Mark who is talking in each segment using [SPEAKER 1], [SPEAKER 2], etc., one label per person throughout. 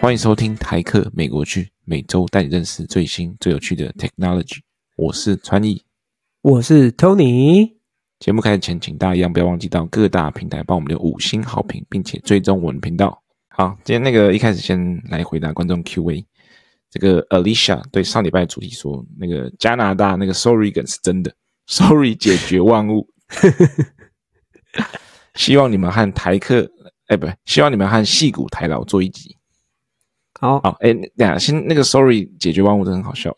[SPEAKER 1] 欢迎收听台客美国剧，每周带你认识最新最有趣的 technology。我是川艺。
[SPEAKER 2] 我是 Tony。
[SPEAKER 1] 节目开始前，请大家一样不要忘记到各大平台帮我们留五星好评，并且追踪我们频道。好，今天那个一开始先来回答观众 Q&A。这个 Alicia 对上礼拜的主题说，那个加拿大那个 Sorry 梗是真的，Sorry 解决万物。 希望你们和台客，哎，不，希望你们和戏骨台老做一集。
[SPEAKER 2] 好，
[SPEAKER 1] 好，哎，等一下先那个 Sorry 解决万物真的很好笑。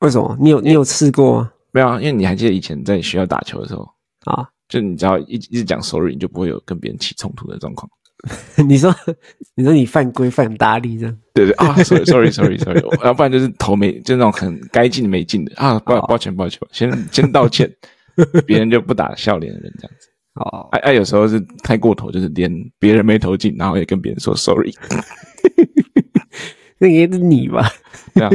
[SPEAKER 2] 为什么？你
[SPEAKER 1] 哎
[SPEAKER 2] 有你有试过吗？
[SPEAKER 1] 没有啊，因为你还记得以前在学校打球的时候，
[SPEAKER 2] 啊，
[SPEAKER 1] 就你只要一直一直讲 sorry，你就不会有跟别人起冲突的状况。
[SPEAKER 2] 你说 你说你犯规犯很大力这样，
[SPEAKER 1] 对对啊，sorry sorry sorry sorry，要不然就是头没，就那种很该进没进的啊，抱
[SPEAKER 2] 哦
[SPEAKER 1] 抱歉抱歉，先先道歉，别人就不打笑脸的人这样子。
[SPEAKER 2] 哦，
[SPEAKER 1] 哎、哎、有时候是太过头，就是连别人没投进，然后也跟别人说 sorry，
[SPEAKER 2] 那个也是你吧？
[SPEAKER 1] 对啊。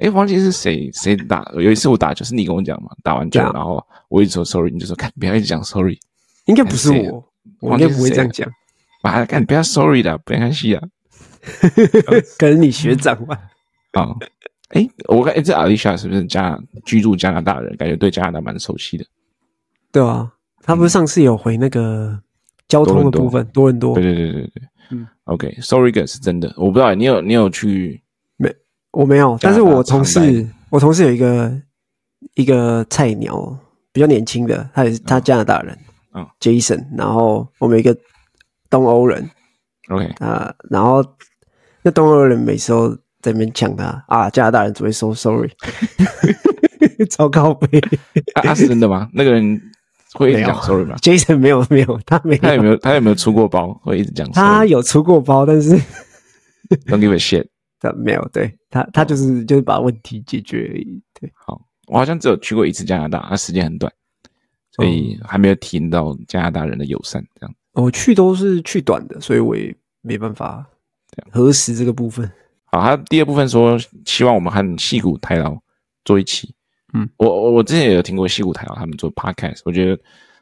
[SPEAKER 1] 哎，忘记是谁谁打，有一次我打球是你跟我讲嘛，打完球
[SPEAKER 2] 对啊
[SPEAKER 1] 然后我一直说 sorry，你就说看不要一直讲 sorry，
[SPEAKER 2] 应该不是
[SPEAKER 1] 还哎是谁
[SPEAKER 2] 我，我应该不会这样讲，
[SPEAKER 1] 啊看不要 sorry 的，不要看戏啊。
[SPEAKER 2] 可能你学长吧？
[SPEAKER 1] 啊，哎，我看哎，这阿丽莎是不是加居住加拿大人？感觉对加拿大蛮熟悉的。
[SPEAKER 2] 对啊，他不是上次有回那个交通的部分，多伦多
[SPEAKER 1] 对，对对对对，
[SPEAKER 2] 嗯
[SPEAKER 1] o k s o r r y g a 是真的，我不知道你有你有去
[SPEAKER 2] 我没有，
[SPEAKER 1] 加
[SPEAKER 2] 但
[SPEAKER 1] 拿大
[SPEAKER 2] 是我同
[SPEAKER 1] 常
[SPEAKER 2] 事，我同事有一个一个菜鸟，比较年轻的，他也是他加拿大人，
[SPEAKER 1] 嗯
[SPEAKER 2] ，Jason，然后我们有一个东欧人，
[SPEAKER 1] OK
[SPEAKER 2] 啊、然后那东欧人每次都在那边呛他啊，加拿大人只会说 sorry，超高杯。
[SPEAKER 1] 啊？啊是真的吗？那个人会一直讲 sorry 吗？
[SPEAKER 2] Jason 没有没有，他没
[SPEAKER 1] 他有
[SPEAKER 2] 有，
[SPEAKER 1] 没有他有没有出过包？会一直讲
[SPEAKER 2] 他
[SPEAKER 1] sorry？
[SPEAKER 2] 有出过包，但是
[SPEAKER 1] Don't give a shit。
[SPEAKER 2] 他没有，对他他就是、就是把问题解决而已。对，
[SPEAKER 1] 我好像只有去过一次加拿大，啊，时间很短，所以
[SPEAKER 2] 哦
[SPEAKER 1] 还没有体验到加拿大人的友善。这样
[SPEAKER 2] 我去都是去短的，所以我也没办法核实这个部分。
[SPEAKER 1] 好，他第二部分说希望我们和戏骨太郎做一起。
[SPEAKER 2] 嗯，
[SPEAKER 1] 我我我之前也有听过戏骨台啊，他们做 podcast，我觉得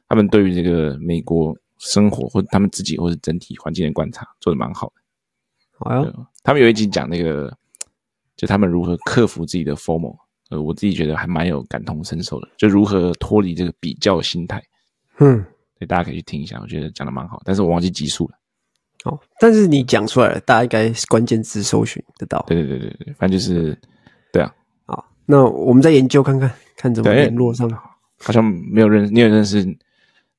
[SPEAKER 1] 他们对于这个美国生活或者他们自己或者整体环境的观察做的蛮好的。
[SPEAKER 2] 好呀
[SPEAKER 1] 对，他们有一集讲那个，就他们如何克服自己的 formal，呃，我自己觉得还蛮有感同身受的，就如何脱离这个比较心态。
[SPEAKER 2] 嗯，
[SPEAKER 1] 所以大家可以去听一下，我觉得讲的蛮好，但是我忘记集数了。
[SPEAKER 2] 好，但是你讲出来了，大家应该关键字搜寻得到。
[SPEAKER 1] 对对对对对，反正就是对啊，
[SPEAKER 2] 好，那我们再研究看看，看怎么
[SPEAKER 1] 对
[SPEAKER 2] 联络上。
[SPEAKER 1] 好像没有认，你有认识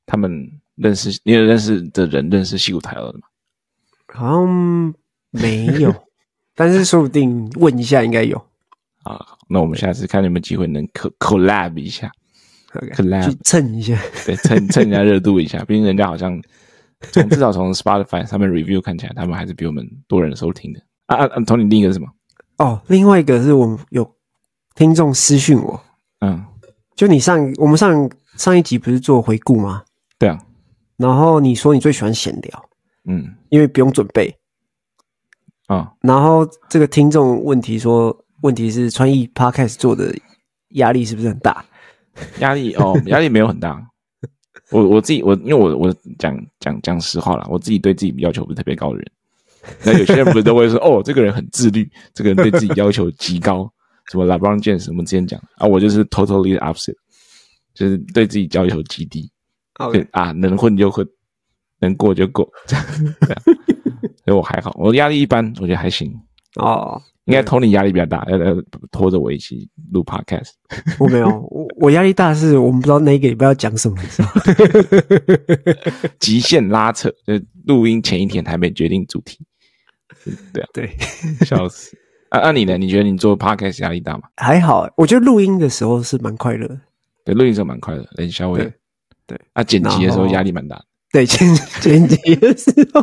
[SPEAKER 1] 他们认识，你有认识的人认识戏骨台了的吗？
[SPEAKER 2] 好像没有， 但是说不定问一下应该有。
[SPEAKER 1] 啊，那我们下次看有没有机会能 co collab 一下，Collab
[SPEAKER 2] OK，去蹭一下。
[SPEAKER 1] 对，蹭蹭人家热度一下，毕竟人家好像从至少从 Spotify 上面 review 看起来，他们还是比我们多人收听的。啊啊，啊同你另一个是什么？
[SPEAKER 2] 哦，另外一个是我们有听众私讯我，
[SPEAKER 1] 嗯，
[SPEAKER 2] 就你上我们上上一集不是做回顾吗？
[SPEAKER 1] 对啊，
[SPEAKER 2] 然后你说你最喜欢闲聊，
[SPEAKER 1] 嗯
[SPEAKER 2] 因为不用准备。
[SPEAKER 1] 啊，
[SPEAKER 2] 然后这个听众问题说，问题是穿衣 podcast 做的压力是不是很大？
[SPEAKER 1] 压力哦，压力没有很大。我我自己我因为我我讲讲讲实话啦，我自己对自己要求不是特别高的人。那有些人不是都会说哦，这个人很自律，这个人对自己要求极高，什么 LeBron James 什么之前讲啊，我就是 totally the opposite，就是对自己要求极低。对啊，能混就混，能过就过，这样。这样所以我还好，我压力一般，我觉得还行。
[SPEAKER 2] 哦，
[SPEAKER 1] 应该 Tony 压力比较大，要要拖着我一起录 podcast。
[SPEAKER 2] 我没有，我我压力大是我们不知道那个礼拜要讲什么，你知道吗
[SPEAKER 1] 极限拉扯， 就是录音前一天还没决定主题，啊
[SPEAKER 2] 对。
[SPEAKER 1] 笑死。啊，那、你呢？你觉得你做 podcast 压力大吗？
[SPEAKER 2] 还好，我觉得录音的时候是蛮快乐的。
[SPEAKER 1] 对，录音的时候蛮快的，冷笑会
[SPEAKER 2] 对。对，
[SPEAKER 1] 啊，剪辑的时候
[SPEAKER 2] 然后
[SPEAKER 1] 压力蛮大的，
[SPEAKER 2] 对，剪剪辑的时候，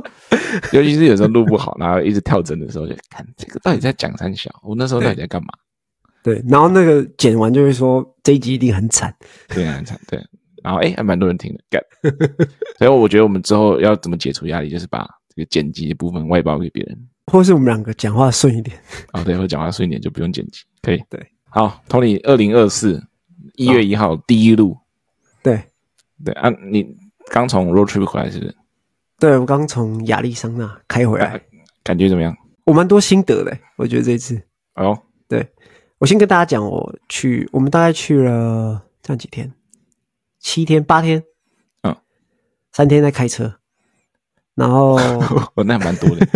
[SPEAKER 1] 尤其是有时候录不好，然后一直跳帧的时候，就看这个到底在讲三小，我那时候到底在干嘛？
[SPEAKER 2] 对，然后那个剪完就会说这一集一定很惨。
[SPEAKER 1] 对啊，惨对。 然后哎，还蛮多人听的，干。所以我觉得我们之后要怎么解除压力，就是把这个剪辑的部分外包给别人。
[SPEAKER 2] 或是我们两个讲话顺一点。
[SPEAKER 1] 哦，对，我讲话顺一点就不用剪辑，可以。
[SPEAKER 2] 对，
[SPEAKER 1] 好，Tony，二零二四一月一号第一路，
[SPEAKER 2] 对，
[SPEAKER 1] 对啊，你刚从 road trip 回来是不是？
[SPEAKER 2] 对我刚从亚利桑那开回来，
[SPEAKER 1] 感觉怎么样？
[SPEAKER 2] 我蛮多心得的，我觉得这次。
[SPEAKER 1] 哦，
[SPEAKER 2] 对我先跟大家讲，我去，我们大概去了这样几天，七天八天，
[SPEAKER 1] 嗯，
[SPEAKER 2] 三天在开车，然后
[SPEAKER 1] 我哦那蛮多的。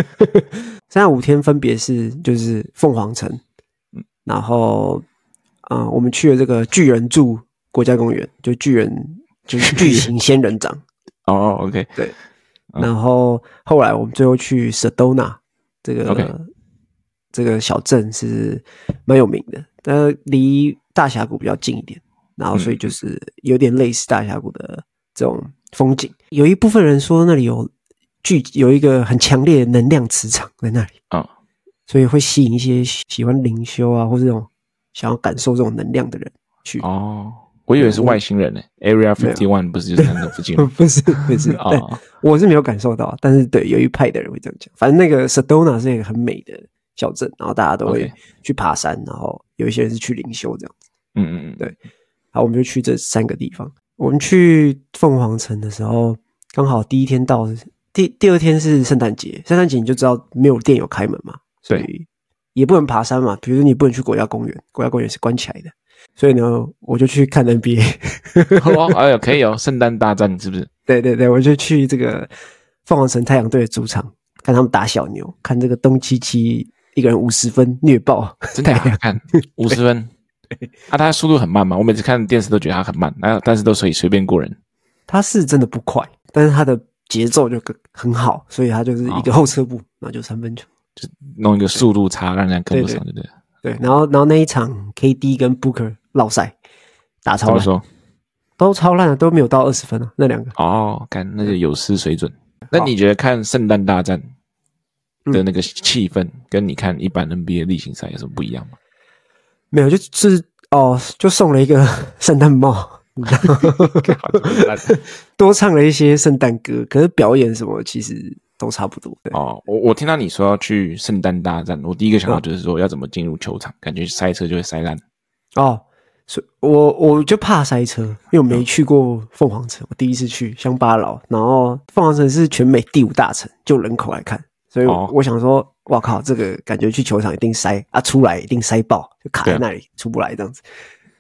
[SPEAKER 2] 剩下五天分别是就是凤凰城，
[SPEAKER 1] 嗯
[SPEAKER 2] 然后啊、呃我们去了这个巨人柱国家公园，就巨 人就是巨型仙人掌，
[SPEAKER 1] 哦，OK，嗯
[SPEAKER 2] 然后后来我们最后去 Sedona 这个
[SPEAKER 1] OK
[SPEAKER 2] 这个小镇是蛮有名的，但是离大峡谷比较近一点，
[SPEAKER 1] 嗯
[SPEAKER 2] 然后所以就是有点类似大峡谷的这种风景。有一部分人说那里有聚有一个很强烈的能量磁场在那里，
[SPEAKER 1] 哦，
[SPEAKER 2] 所以会吸引一些喜欢灵修啊或是这种想要感受这种能量的人去。
[SPEAKER 1] 哦，我以为是外星人呢、Area Fifty One 不是就是那个附近吗？
[SPEAKER 2] 不是不 是，对
[SPEAKER 1] 哦，
[SPEAKER 2] 我是没有感受到，但是对有一派的人会这样讲。反正那个 Sedona 是一个很美的小镇，然后大家都会
[SPEAKER 1] OK
[SPEAKER 2] 去爬山，然后有一些人是去灵修这样。
[SPEAKER 1] 嗯嗯嗯，
[SPEAKER 2] 对好，我们就去这三个地方。我们去凤凰城的时候，刚好第一天到，第第二天是圣诞节。圣诞节你就知道没有店有开门嘛，所以也不能爬山嘛。比如说你不能去国家公园，国家公园是关起来的。所以呢，我就去看 NBA。
[SPEAKER 1] 哦，哎呦，可以哦，圣诞大战是不是？
[SPEAKER 2] 对对对，我就去这个凤凰城太阳队的主场看他们打小牛，看这个东契奇一个人五十分虐爆，
[SPEAKER 1] 真的好啊
[SPEAKER 2] 啊
[SPEAKER 1] 看，五十分。啊，他速度很慢嘛，我每次看电视都觉得他很慢，啊，但是都可以随便过人。
[SPEAKER 2] 他是真的不快，但是他的节奏就很很好，所以他就是一个后撤步，然后就三分球。
[SPEAKER 1] 弄一个速度差，让人家跟不上，对不对？
[SPEAKER 2] 对，然后然后那一场 KD 跟 Booker 落赛打
[SPEAKER 1] 怎
[SPEAKER 2] 超
[SPEAKER 1] 么
[SPEAKER 2] 烂，
[SPEAKER 1] 说？
[SPEAKER 2] 都超烂了，都没有到二十分啊，那两个
[SPEAKER 1] 哦，看那就有失水准。那你觉得看圣诞大战的那个气氛，跟你看一般 NBA 例行赛有什么不一样 吗？
[SPEAKER 2] 没有，就是哦，就送了一个 圣诞帽。多唱了一些圣诞歌，可是表演什么其实都差不多。对，
[SPEAKER 1] 哦，我我听到你说要去圣诞大战，我第一个想到就是说要怎么进入球场，感觉塞车就会塞烂。
[SPEAKER 2] 哦，所以我我就怕塞车，因为我
[SPEAKER 1] 嗯
[SPEAKER 2] 没去过凤凰城，我第一次去乡巴佬，然后凤凰城是全美第五大城，就人口来看，所以
[SPEAKER 1] 哦
[SPEAKER 2] 我想说，哇靠，这个感觉去球场一定塞啊，出来一定塞爆，就卡
[SPEAKER 1] 啊
[SPEAKER 2] 在那里、出不来这样子。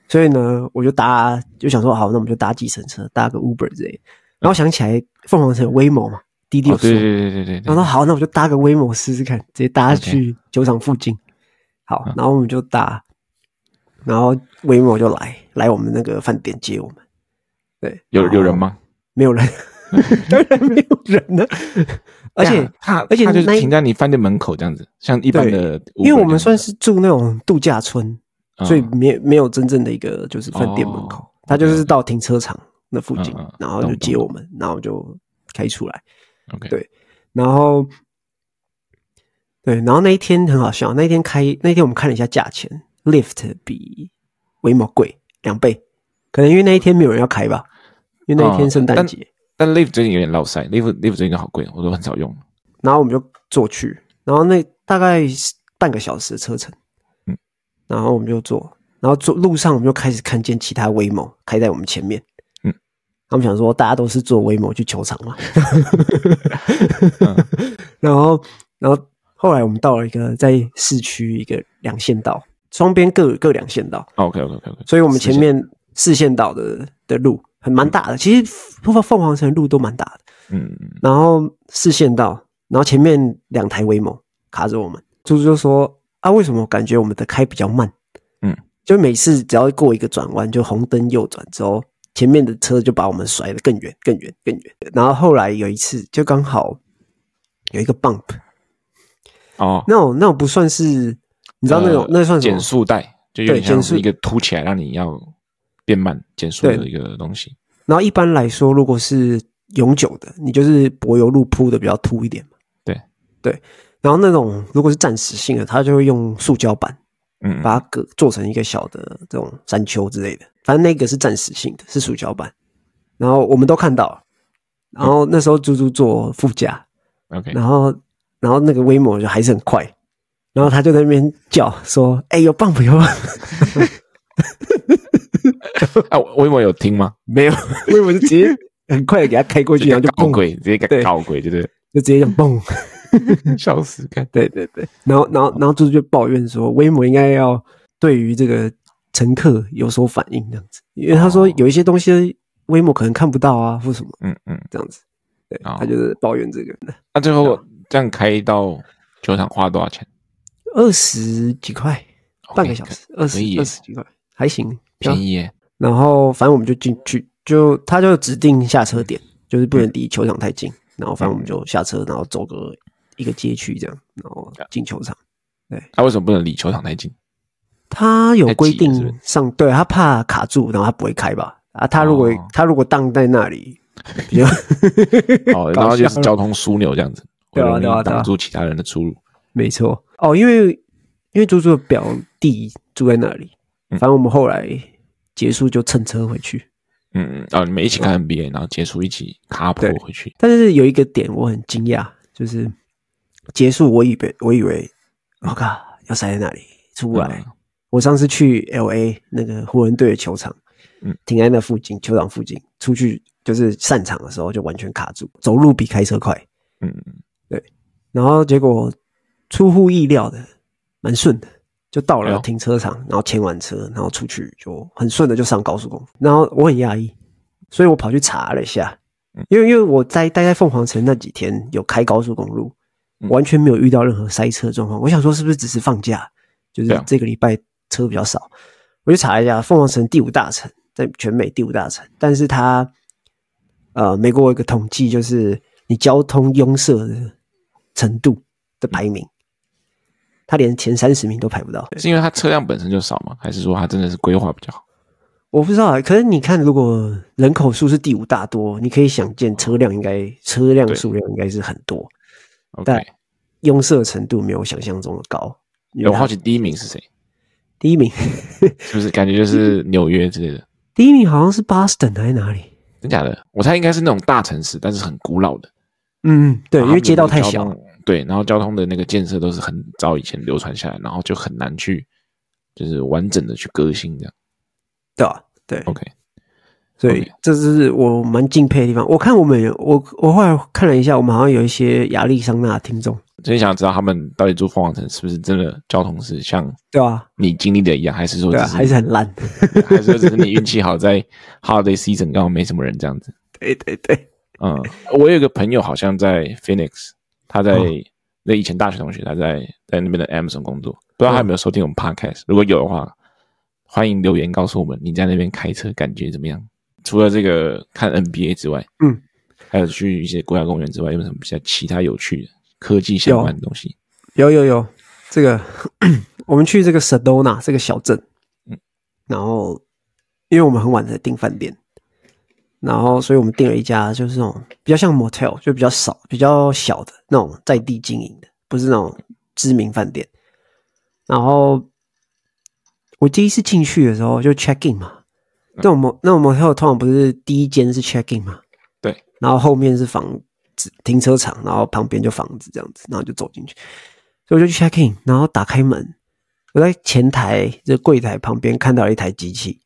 [SPEAKER 2] 所以呢，我就搭就想说，好，那我们就搭计程车，搭个 Uber 之类的。然后想起来凤凰城有 Waymo 嘛，滴滴
[SPEAKER 1] 哦
[SPEAKER 2] 有，送
[SPEAKER 1] 对对对对
[SPEAKER 2] 然
[SPEAKER 1] 对
[SPEAKER 2] 后说好，那我就搭个威猛试试看，直接搭去球场附近。好，
[SPEAKER 1] 嗯
[SPEAKER 2] 然后我们就搭，然后威猛就来来我们那个饭店接我们。对，
[SPEAKER 1] 有有人
[SPEAKER 2] 吗？
[SPEAKER 1] 吗？
[SPEAKER 2] 没 有人，当然没有人呢。而且
[SPEAKER 1] 他
[SPEAKER 2] 而且
[SPEAKER 1] 他就是
[SPEAKER 2] 那一
[SPEAKER 1] 停在你饭店门口这样子，像一般的，
[SPEAKER 2] 因为我们算是住那种度假村，所以没没有真正的一个就是饭店门口
[SPEAKER 1] 嗯哦，
[SPEAKER 2] 他就是到停车场那附近
[SPEAKER 1] 嗯嗯，
[SPEAKER 2] 然后就
[SPEAKER 1] 懂
[SPEAKER 2] 接
[SPEAKER 1] 懂
[SPEAKER 2] 我们，然后就开出来。
[SPEAKER 1] OK，
[SPEAKER 2] 对然后，对，然后那一天很好笑，那一天开那一天我们看了一下价钱，Lift 比威猛贵两倍，可能因为那一天没有人要开吧，因为那一天
[SPEAKER 1] 哦
[SPEAKER 2] 圣诞
[SPEAKER 1] 但
[SPEAKER 2] 节，
[SPEAKER 1] 但 Live 最近有点落塞，Live Live 最近都好贵，我都很少用。
[SPEAKER 2] 然后我们就坐去，然后那大概是半个小时的车程，
[SPEAKER 1] 嗯，
[SPEAKER 2] 然后我们就坐，然后坐路上我们就开始看见其他威猛开在我们前面，
[SPEAKER 1] 嗯，
[SPEAKER 2] 他们想说大家都是坐威猛去球场嘛， 然后然后后来我们到了一个在市区一个两线道，双边各各两线道，
[SPEAKER 1] OK OK OK OK，
[SPEAKER 2] 所以我们前面四线道的的路很蛮大的，其实凤凤凰城的路都蛮大的。
[SPEAKER 1] 嗯，嗯
[SPEAKER 2] 然后视线到，然后前面两台威猛卡着我们，猪猪就说：“啊，为什么感觉我们的开比较慢？”
[SPEAKER 1] 嗯，
[SPEAKER 2] 就每次只要过一个转弯，就红灯右转之后，前面的车就把我们甩得更远、更远、更远。然后后来有一次，就刚好有一个 bump，
[SPEAKER 1] 哦，
[SPEAKER 2] 那种那种不算是，你知道那种、
[SPEAKER 1] 呃
[SPEAKER 2] 那算什么
[SPEAKER 1] 减？速带，就有
[SPEAKER 2] 对
[SPEAKER 1] 点像
[SPEAKER 2] 减速
[SPEAKER 1] 是一个凸起来让你要变慢减速的
[SPEAKER 2] 对
[SPEAKER 1] 一个东西。
[SPEAKER 2] 然后一般来说，如果是永久的，你就是柏油路铺的比较凸一点嘛。
[SPEAKER 1] 对
[SPEAKER 2] 对，然后那种如果是暂时性的，它就会用塑胶板。
[SPEAKER 1] 嗯，嗯
[SPEAKER 2] 把它隔做成一个小的这种山丘之类的，反正那个是暂时性的，是塑胶板。然后我们都看到了，然后那时候猪猪坐副驾，
[SPEAKER 1] OK，
[SPEAKER 2] 然后然后那个威猛就还是很快，然后他就在那边叫说：“哎、有棒不有棒？”
[SPEAKER 1] 啊，威猛有听吗？
[SPEAKER 2] 没有，威猛就直接很快的给他开过去，然后就
[SPEAKER 1] 搞
[SPEAKER 2] 蹦，
[SPEAKER 1] 鬼，直接给
[SPEAKER 2] 对
[SPEAKER 1] 搞鬼，对 不
[SPEAKER 2] 就直接这样蹦。
[SPEAKER 1] 对？笑死，看
[SPEAKER 2] 对对对，然后然后然后猪猪就抱怨说，威姆应该要对于这个乘客有所反应这样子，因为他说
[SPEAKER 1] 哦
[SPEAKER 2] 有一些东西威姆可能看不到啊，或什么
[SPEAKER 1] 嗯嗯，
[SPEAKER 2] 这样子。对，
[SPEAKER 1] 哦
[SPEAKER 2] 他就是抱怨这个
[SPEAKER 1] 那最后这样开到球场花了多少钱？
[SPEAKER 2] 二十几块
[SPEAKER 1] OK，
[SPEAKER 2] 半个小时，啊二十
[SPEAKER 1] 可以耶
[SPEAKER 2] 二十几块还行，
[SPEAKER 1] 便宜耶。
[SPEAKER 2] 然后反正我们就进去，就他就指定下车
[SPEAKER 1] 嗯
[SPEAKER 2] 点，就是不能离球场太近。然后反正我们就下车，然后走个一个街区这样，然后
[SPEAKER 1] 嗯
[SPEAKER 2] 进球场。
[SPEAKER 1] 他啊为什么不能离球场太 近？
[SPEAKER 2] 他有规
[SPEAKER 1] 太挤了是
[SPEAKER 2] 定上，对他怕卡住，然后他不会开吧？啊，他如果、
[SPEAKER 1] 哦
[SPEAKER 2] 他如果荡在那里，比较
[SPEAKER 1] 哦，
[SPEAKER 2] 搞
[SPEAKER 1] 然后就
[SPEAKER 2] 笑
[SPEAKER 1] 是交通枢纽这样子，
[SPEAKER 2] 对啊
[SPEAKER 1] 会
[SPEAKER 2] 对
[SPEAKER 1] 容
[SPEAKER 2] 啊
[SPEAKER 1] 易
[SPEAKER 2] 对啊
[SPEAKER 1] 挡住其他人的出入。
[SPEAKER 2] 没错哦，因为因为猪猪的表弟住在那里，
[SPEAKER 1] 嗯
[SPEAKER 2] 反正我们后来结束就乘车回去。
[SPEAKER 1] 嗯嗯，哦，你们一起看 NBA，然后结束一起卡坡
[SPEAKER 2] 啊对
[SPEAKER 1] 回去。
[SPEAKER 2] 但是有一个点我很惊讶，就是结束，我以为我以为我靠要塞在那里出不来。
[SPEAKER 1] 嗯
[SPEAKER 2] 我上次去 L A 那个湖人队的球场，
[SPEAKER 1] 嗯
[SPEAKER 2] 停在那附近球场附近，出去就是散场的时候就完全卡住，走路比开车快。
[SPEAKER 1] 嗯，
[SPEAKER 2] 然后结果出乎意料的，蛮顺的，就到
[SPEAKER 1] 哎
[SPEAKER 2] 了
[SPEAKER 1] 呦
[SPEAKER 2] 停车场，然后牵完车，然后出去就很顺的就上高速公路。然后我很压抑，所以我跑去查了一下
[SPEAKER 1] 嗯，
[SPEAKER 2] 因为因为我在待在凤凰城那几天有开高速公路，
[SPEAKER 1] 嗯
[SPEAKER 2] 完全没有遇到任何塞车状况。我想说是不是只是放假，就
[SPEAKER 1] 对
[SPEAKER 2] 是
[SPEAKER 1] 啊
[SPEAKER 2] 这个礼拜车比较少。我就查了一下，凤凰城第五大城，在全美第五大城，但是它呃，美国有一个统计，就是你交通拥塞的程度的排名，它连前三十名都排不到。
[SPEAKER 1] 是因为它车辆本身就少吗？还是说它真的是规划比较好？
[SPEAKER 2] 我不知道啊，可是你看，如果人口数是第五大多，你可以想见车辆应该车辆
[SPEAKER 1] 对
[SPEAKER 2] 数量应该是很多，但
[SPEAKER 1] OK，
[SPEAKER 2] 拥塞程度没有想象中的高。因为
[SPEAKER 1] 我
[SPEAKER 2] 它
[SPEAKER 1] 好奇第一名是谁？
[SPEAKER 2] 第一名，
[SPEAKER 1] 是不是感觉就是纽约之类的？
[SPEAKER 2] 第一名好像是 Boston 还是哪里？
[SPEAKER 1] 真假的？我猜应该是那种大城市，但是很古老的。
[SPEAKER 2] 嗯，对，
[SPEAKER 1] 然
[SPEAKER 2] 因
[SPEAKER 1] 后
[SPEAKER 2] 为街道太
[SPEAKER 1] 哦他
[SPEAKER 2] 小
[SPEAKER 1] 们的交。通。对，然后交通的那个建设都是很早以前流传下来，然后就很难去就是完整的去革新这样。
[SPEAKER 2] 对吧？对
[SPEAKER 1] OK，
[SPEAKER 2] 所以
[SPEAKER 1] 哦 OK
[SPEAKER 2] 这是我蛮敬佩的地方。我看我们有我我后来看了一下，我们好像有一些亚利桑那的听众，
[SPEAKER 1] 所以想知道他们到底住凤凰城是不是真的交通是像
[SPEAKER 2] 对啊，
[SPEAKER 1] 你经历的一样，还是说
[SPEAKER 2] 对
[SPEAKER 1] 只
[SPEAKER 2] 啊，
[SPEAKER 1] 是
[SPEAKER 2] 还是很烂。
[SPEAKER 1] 还是说只是你运气好在 holiday season 刚好没什么人这样子？
[SPEAKER 2] 对对对，
[SPEAKER 1] 嗯，我有一个朋友好像在 Phoenix，他在、
[SPEAKER 2] 嗯
[SPEAKER 1] 那以前大学同学，他在在那边的 Amazon 工作，不知道他有没有收听我们 Podcast？、如果有的话，欢迎留言告诉我们你在那边开车感觉怎么样。除了这个看 NBA 之外，
[SPEAKER 2] 嗯，
[SPEAKER 1] 还有去一些国家公园之外，有没有什么比较其他有趣的科技相关的东西？
[SPEAKER 2] 有有有，这个 我们去这个 Sedona 这个小镇，然后因为我们很晚才订饭店，然后所以我们订了一家就是那种比较像 motel，就比较少、比较小的那种在地经营的，不是那种知名饭店。然后我第一次进去的时候就 check in 嘛，那种 mo 那种 motel 通常不是第一间是 check in 嘛，
[SPEAKER 1] 对，
[SPEAKER 2] 然后后面是房子停车场，然后旁边就房子这样子，然后就走进去，所以我就去 check in，然后打开门，我在前台这柜台旁边看到了一台机器，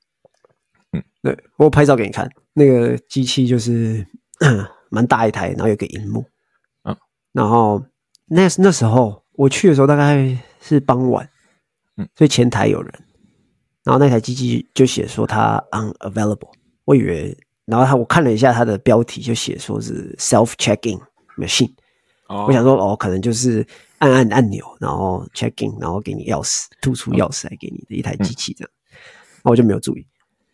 [SPEAKER 1] 嗯，
[SPEAKER 2] 对我拍照给你看，那个机器就是 蛮大一台，然后有个荧幕，
[SPEAKER 1] 嗯，
[SPEAKER 2] 然后那那时候我去的时候大概是傍晚，
[SPEAKER 1] 嗯，
[SPEAKER 2] 所以前台有人，然后那台机器就写说它 unavailable，我以为，然后他我看了一下它的标题就写说是 self check in machine。
[SPEAKER 1] 哦
[SPEAKER 2] 我想说，哦，可能就是按按按钮，然后 check in，然后给你钥匙，吐
[SPEAKER 1] 哦
[SPEAKER 2] 出钥匙来给你的一台机器这样。然后我就没有注意。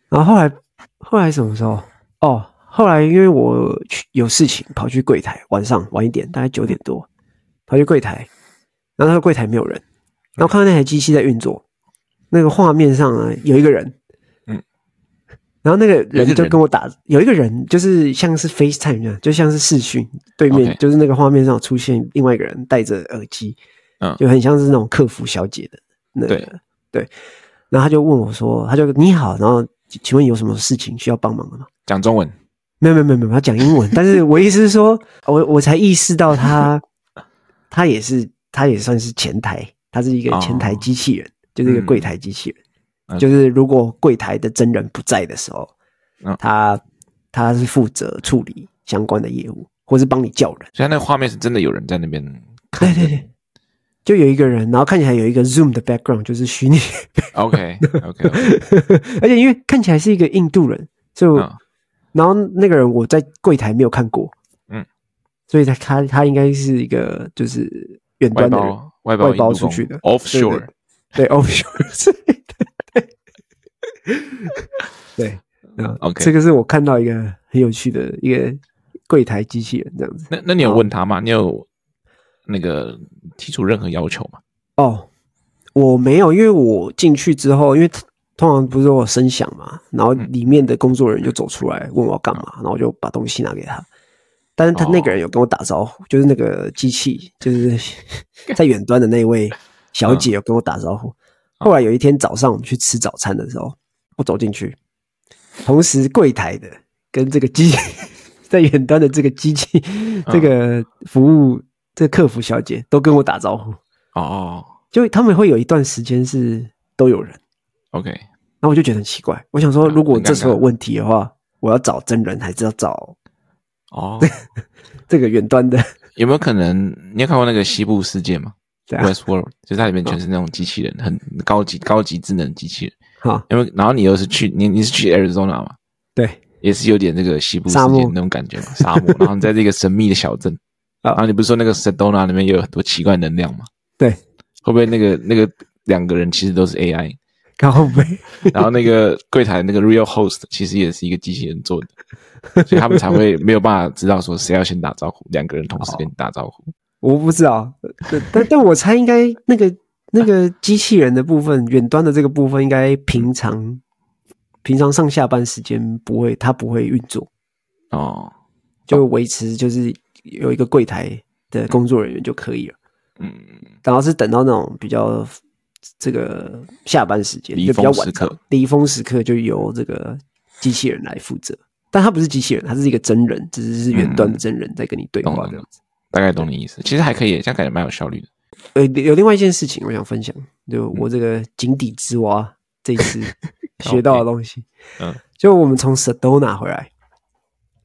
[SPEAKER 2] 然后后来，后来什么时候？哦，后来因为我去有事情，跑去柜台，晚上晚一点，大概九点多，跑去柜台，然后他说柜台没有人，然后看到那台机器在运作，那个画面上呢有一个人，
[SPEAKER 1] 嗯，
[SPEAKER 2] 然后那个
[SPEAKER 1] 有一个
[SPEAKER 2] 人就
[SPEAKER 1] 人
[SPEAKER 2] 跟我打，有一个人就是像是 FaceTime 一样，就像是视讯，对面
[SPEAKER 1] OK
[SPEAKER 2] 就是那个画面上出现另外一个人戴着耳机，
[SPEAKER 1] 嗯
[SPEAKER 2] 就很像是那种客服小姐的那个
[SPEAKER 1] 对
[SPEAKER 2] 对，然后他就问我说，他就你好，然后请问有什么事情需要帮忙的吗？
[SPEAKER 1] 讲中文，
[SPEAKER 2] 没有没有没有没有，他讲英文，但是我意思是说， 我我才意识到他，他也是他也算是前台，他是一个前台机器人，就是一个柜台机器人。
[SPEAKER 1] 嗯
[SPEAKER 2] 就是如果柜台的真人不在的时候，
[SPEAKER 1] 嗯
[SPEAKER 2] 他他是负责处理相关的业务，或是帮你叫人。
[SPEAKER 1] 所以它那个画面是真的有人在那边看
[SPEAKER 2] 对
[SPEAKER 1] 着。
[SPEAKER 2] 对对，就有一个人，然后看起来有一个 Zoom 的 background，就是虚拟
[SPEAKER 1] OK OK，
[SPEAKER 2] 而且因为看起来是一个印度人，所以我、
[SPEAKER 1] 嗯
[SPEAKER 2] 然后那个人我在柜台没有看过，
[SPEAKER 1] 嗯，
[SPEAKER 2] 所以他他他应该是一个就是远
[SPEAKER 1] 外
[SPEAKER 2] 端的人，
[SPEAKER 1] 包外
[SPEAKER 2] 外
[SPEAKER 1] 包
[SPEAKER 2] 包
[SPEAKER 1] 印度
[SPEAKER 2] 出
[SPEAKER 1] 公
[SPEAKER 2] 去的
[SPEAKER 1] ，offshore
[SPEAKER 2] 对 offshore 之类的，对对对，嗯
[SPEAKER 1] OK
[SPEAKER 2] 这个是我看到一个很有趣的一个柜台机器人这样子。
[SPEAKER 1] 那那你有问他吗？你有那个提出任何要求吗？
[SPEAKER 2] 哦，我没有，因为我进去之后，因为通常不是我声响嘛，然后里面的工作人员就走出来问我要干嘛，然后我就把东西拿给他。但是他那个人有跟我打招呼，就是那个机器，就是在远端的那位小姐有跟我打招呼。后来有一天早上我们去吃早餐的时候，我走进去，同时柜台的跟这个机 在远端的这个机器，这个服务这个客服小姐都跟我打招呼。
[SPEAKER 1] 哦哦
[SPEAKER 2] 就他们会有一段时间是都有人，
[SPEAKER 1] ，OK，
[SPEAKER 2] 然后我就觉得很奇怪，我想说，
[SPEAKER 1] 嗯
[SPEAKER 2] 如果
[SPEAKER 1] 很尴
[SPEAKER 2] 这时候有
[SPEAKER 1] 尬
[SPEAKER 2] 问题的话，我要找真人还是要找
[SPEAKER 1] 哦，
[SPEAKER 2] 这 个远端的？
[SPEAKER 1] 有没有可能你有看过那个西部世界吗
[SPEAKER 2] 对啊，
[SPEAKER 1] ？Westworld，就是它里面全是那种机器人，很高级高级智能机器人。
[SPEAKER 2] 好，
[SPEAKER 1] 因为然后你又是去你你是去 Arizona 嘛，
[SPEAKER 2] 啊 对，
[SPEAKER 1] 也是有点这个西部世
[SPEAKER 2] 沙
[SPEAKER 1] 界
[SPEAKER 2] 漠
[SPEAKER 1] 那种感觉嘛，沙漠。然后你在这个神秘的小镇，
[SPEAKER 2] 啊
[SPEAKER 1] 然后你不是说那个 Sedona 里面也有很多奇怪能量吗？
[SPEAKER 2] 对，
[SPEAKER 1] 会不会那个那个两个人其实都是 AI？
[SPEAKER 2] 然后没，
[SPEAKER 1] 然后那个柜台那个 real host 其实也是一个机器人做的，所以他们才会没有办法知道说谁要先打招呼，两个人同时跟你打招呼。
[SPEAKER 2] 我不知道，但但但我猜应该那个那个机器人的部分，远端的这个部分，应该平常平常上下班时间不会，它不会运作，
[SPEAKER 1] 哦，
[SPEAKER 2] 就维持就是有一个柜台的工作人员就可以了。
[SPEAKER 1] 嗯，
[SPEAKER 2] 然后是等到那种比较这个下班时间，
[SPEAKER 1] 离
[SPEAKER 2] 就比较
[SPEAKER 1] 峰时
[SPEAKER 2] 晚
[SPEAKER 1] 刻
[SPEAKER 2] 上，离峰时刻就由这个机器人来负责。但它不是机器人，它是一个真人，只是是远端的真人在跟你对
[SPEAKER 1] 嗯懂
[SPEAKER 2] 话
[SPEAKER 1] 了
[SPEAKER 2] 这样子。
[SPEAKER 1] 大概懂你意思。其实还可以，这样感觉蛮有效率的。
[SPEAKER 2] 呃，有另外一件事情我想分享，就我这个井底之蛙这一次学到的东西。
[SPEAKER 1] 嗯，
[SPEAKER 2] 就我们从 Sedona 回来，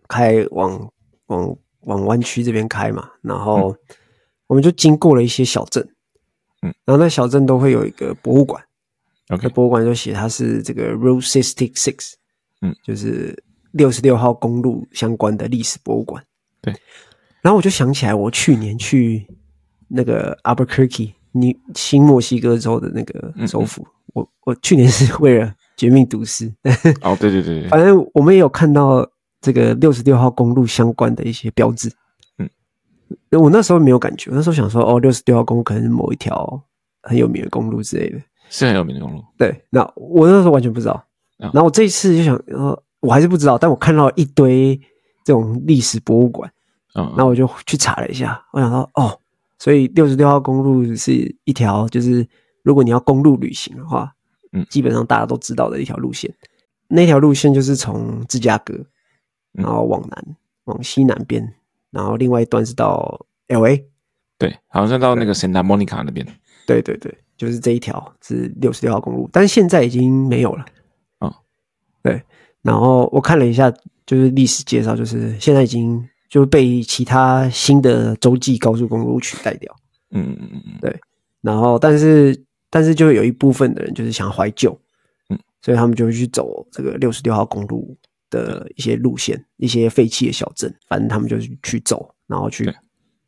[SPEAKER 2] 开往往往湾区这边开嘛，然后我们就经过了一些小镇，
[SPEAKER 1] 嗯，
[SPEAKER 2] 然后那小镇都会有一个博物馆。
[SPEAKER 1] OK，
[SPEAKER 2] 那博物馆就写它是这个 Route Sixty Six，
[SPEAKER 1] 嗯，
[SPEAKER 2] 就是六十六号公路相关的历史博物馆。
[SPEAKER 1] 对，
[SPEAKER 2] 然后我就想起来，我去年去那个 Albuquerque，你新墨西哥州的那
[SPEAKER 1] 嗯
[SPEAKER 2] 个首府，我我去年是为了《绝命毒师》，
[SPEAKER 1] 哦，对对对对，
[SPEAKER 2] 反正我们也有看到这个六十六号公路相关的一些标志。
[SPEAKER 1] 嗯，
[SPEAKER 2] 我那时候没有感觉，我那时候想说，哦，六十六号公路可能是某一条很有名的公路之类的。
[SPEAKER 1] 是很有名的公路。
[SPEAKER 2] 对，那我那时候完全不知道。
[SPEAKER 1] 嗯
[SPEAKER 2] 然后我这一次就想，呃，我还是不知道，但我看到一堆这种历史博物馆，
[SPEAKER 1] 嗯，
[SPEAKER 2] 然后我就去查了一下，我想到哦，所以六十六号公路是一条，就是如果你要公路旅行的话，
[SPEAKER 1] 嗯
[SPEAKER 2] 基本上大家都知道的一条路线。那条路线就是从芝加哥，
[SPEAKER 1] 嗯
[SPEAKER 2] 然后往南，往西南边，然后另外一段是到 L A，
[SPEAKER 1] 对，好像到那个 Santa Monica 那边。
[SPEAKER 2] 对对对，就是这一条是六十六号公路，但是现在已经没有了。哦
[SPEAKER 1] 嗯，
[SPEAKER 2] 对。然后我看了一下，就是历史介绍，就是现在已经就被其他新的洲际高速公路取代掉。
[SPEAKER 1] 嗯嗯嗯嗯，
[SPEAKER 2] 然后，但是但是就有一部分的人就是想怀旧，
[SPEAKER 1] 嗯，
[SPEAKER 2] 所以他们就去走这个六十六号公路的一些路线，一些废弃的小镇，反正他们就去去走，然后去
[SPEAKER 1] 对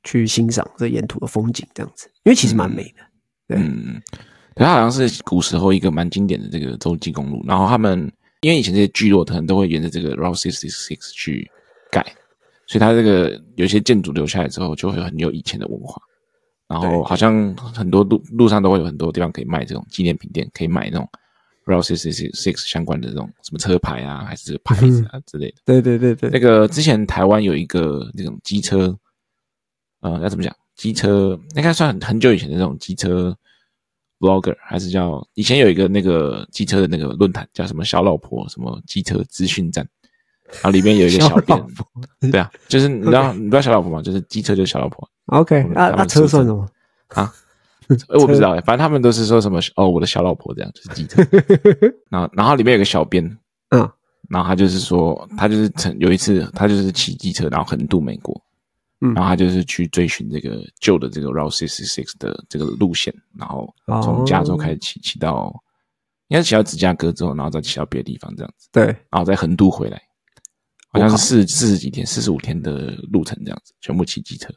[SPEAKER 2] 去欣赏这沿途的风景，这样子，因为其实蛮美的。
[SPEAKER 1] 嗯，对，它好像是古时候一个蛮经典的这个洲际公路。然后他们因为以前这些聚落可能都会沿着这个 Route 666去盖，所以它这个有些建筑留下来之后，就会很有以前的文化。然后
[SPEAKER 2] 对
[SPEAKER 1] 好像很多路路上都会有很多地方可以卖这种纪念品店，可以买那种 Route 666相关的这种什么车牌啊，还是这个牌子 啊之类的。
[SPEAKER 2] 对对对对
[SPEAKER 1] 那个之前台湾有一个那种机车，呃，要怎么讲？机车应该算很很久以前的那种机车 vlogger，还是叫以前有一个那个机车的那个论坛，叫什么小老婆什么机车资讯站，然后里面有 一个小
[SPEAKER 2] 老
[SPEAKER 1] 便
[SPEAKER 2] 婆，
[SPEAKER 1] 对啊，就是你知道你知道小老婆吗？就是机车就是小老 婆，
[SPEAKER 2] OK，
[SPEAKER 1] 嗯
[SPEAKER 2] 那
[SPEAKER 1] 他
[SPEAKER 2] 那
[SPEAKER 1] 们
[SPEAKER 2] 车
[SPEAKER 1] 是
[SPEAKER 2] 算
[SPEAKER 1] 这
[SPEAKER 2] 什么？
[SPEAKER 1] 哎，我不知道哎、反正他们都是说什么哦，我的小老婆这样，就是记者。 然后，然后里面有个小编，
[SPEAKER 2] 嗯，
[SPEAKER 1] 然后他就是说，他就是曾有一次，他就是骑机车，然后横渡美国，
[SPEAKER 2] 嗯
[SPEAKER 1] 然后他就是去追寻这个旧的这个 Route 666的这个路线，然后从加
[SPEAKER 2] 哦
[SPEAKER 1] 州开始骑，骑到应该是骑到芝加哥之后，然后再骑到别的地方这样子，
[SPEAKER 2] 对，
[SPEAKER 1] 然后再横渡回来，好像
[SPEAKER 2] 我
[SPEAKER 1] 是
[SPEAKER 2] 靠
[SPEAKER 1] 四四十几天、四十五天的路程这样子，全部骑机车。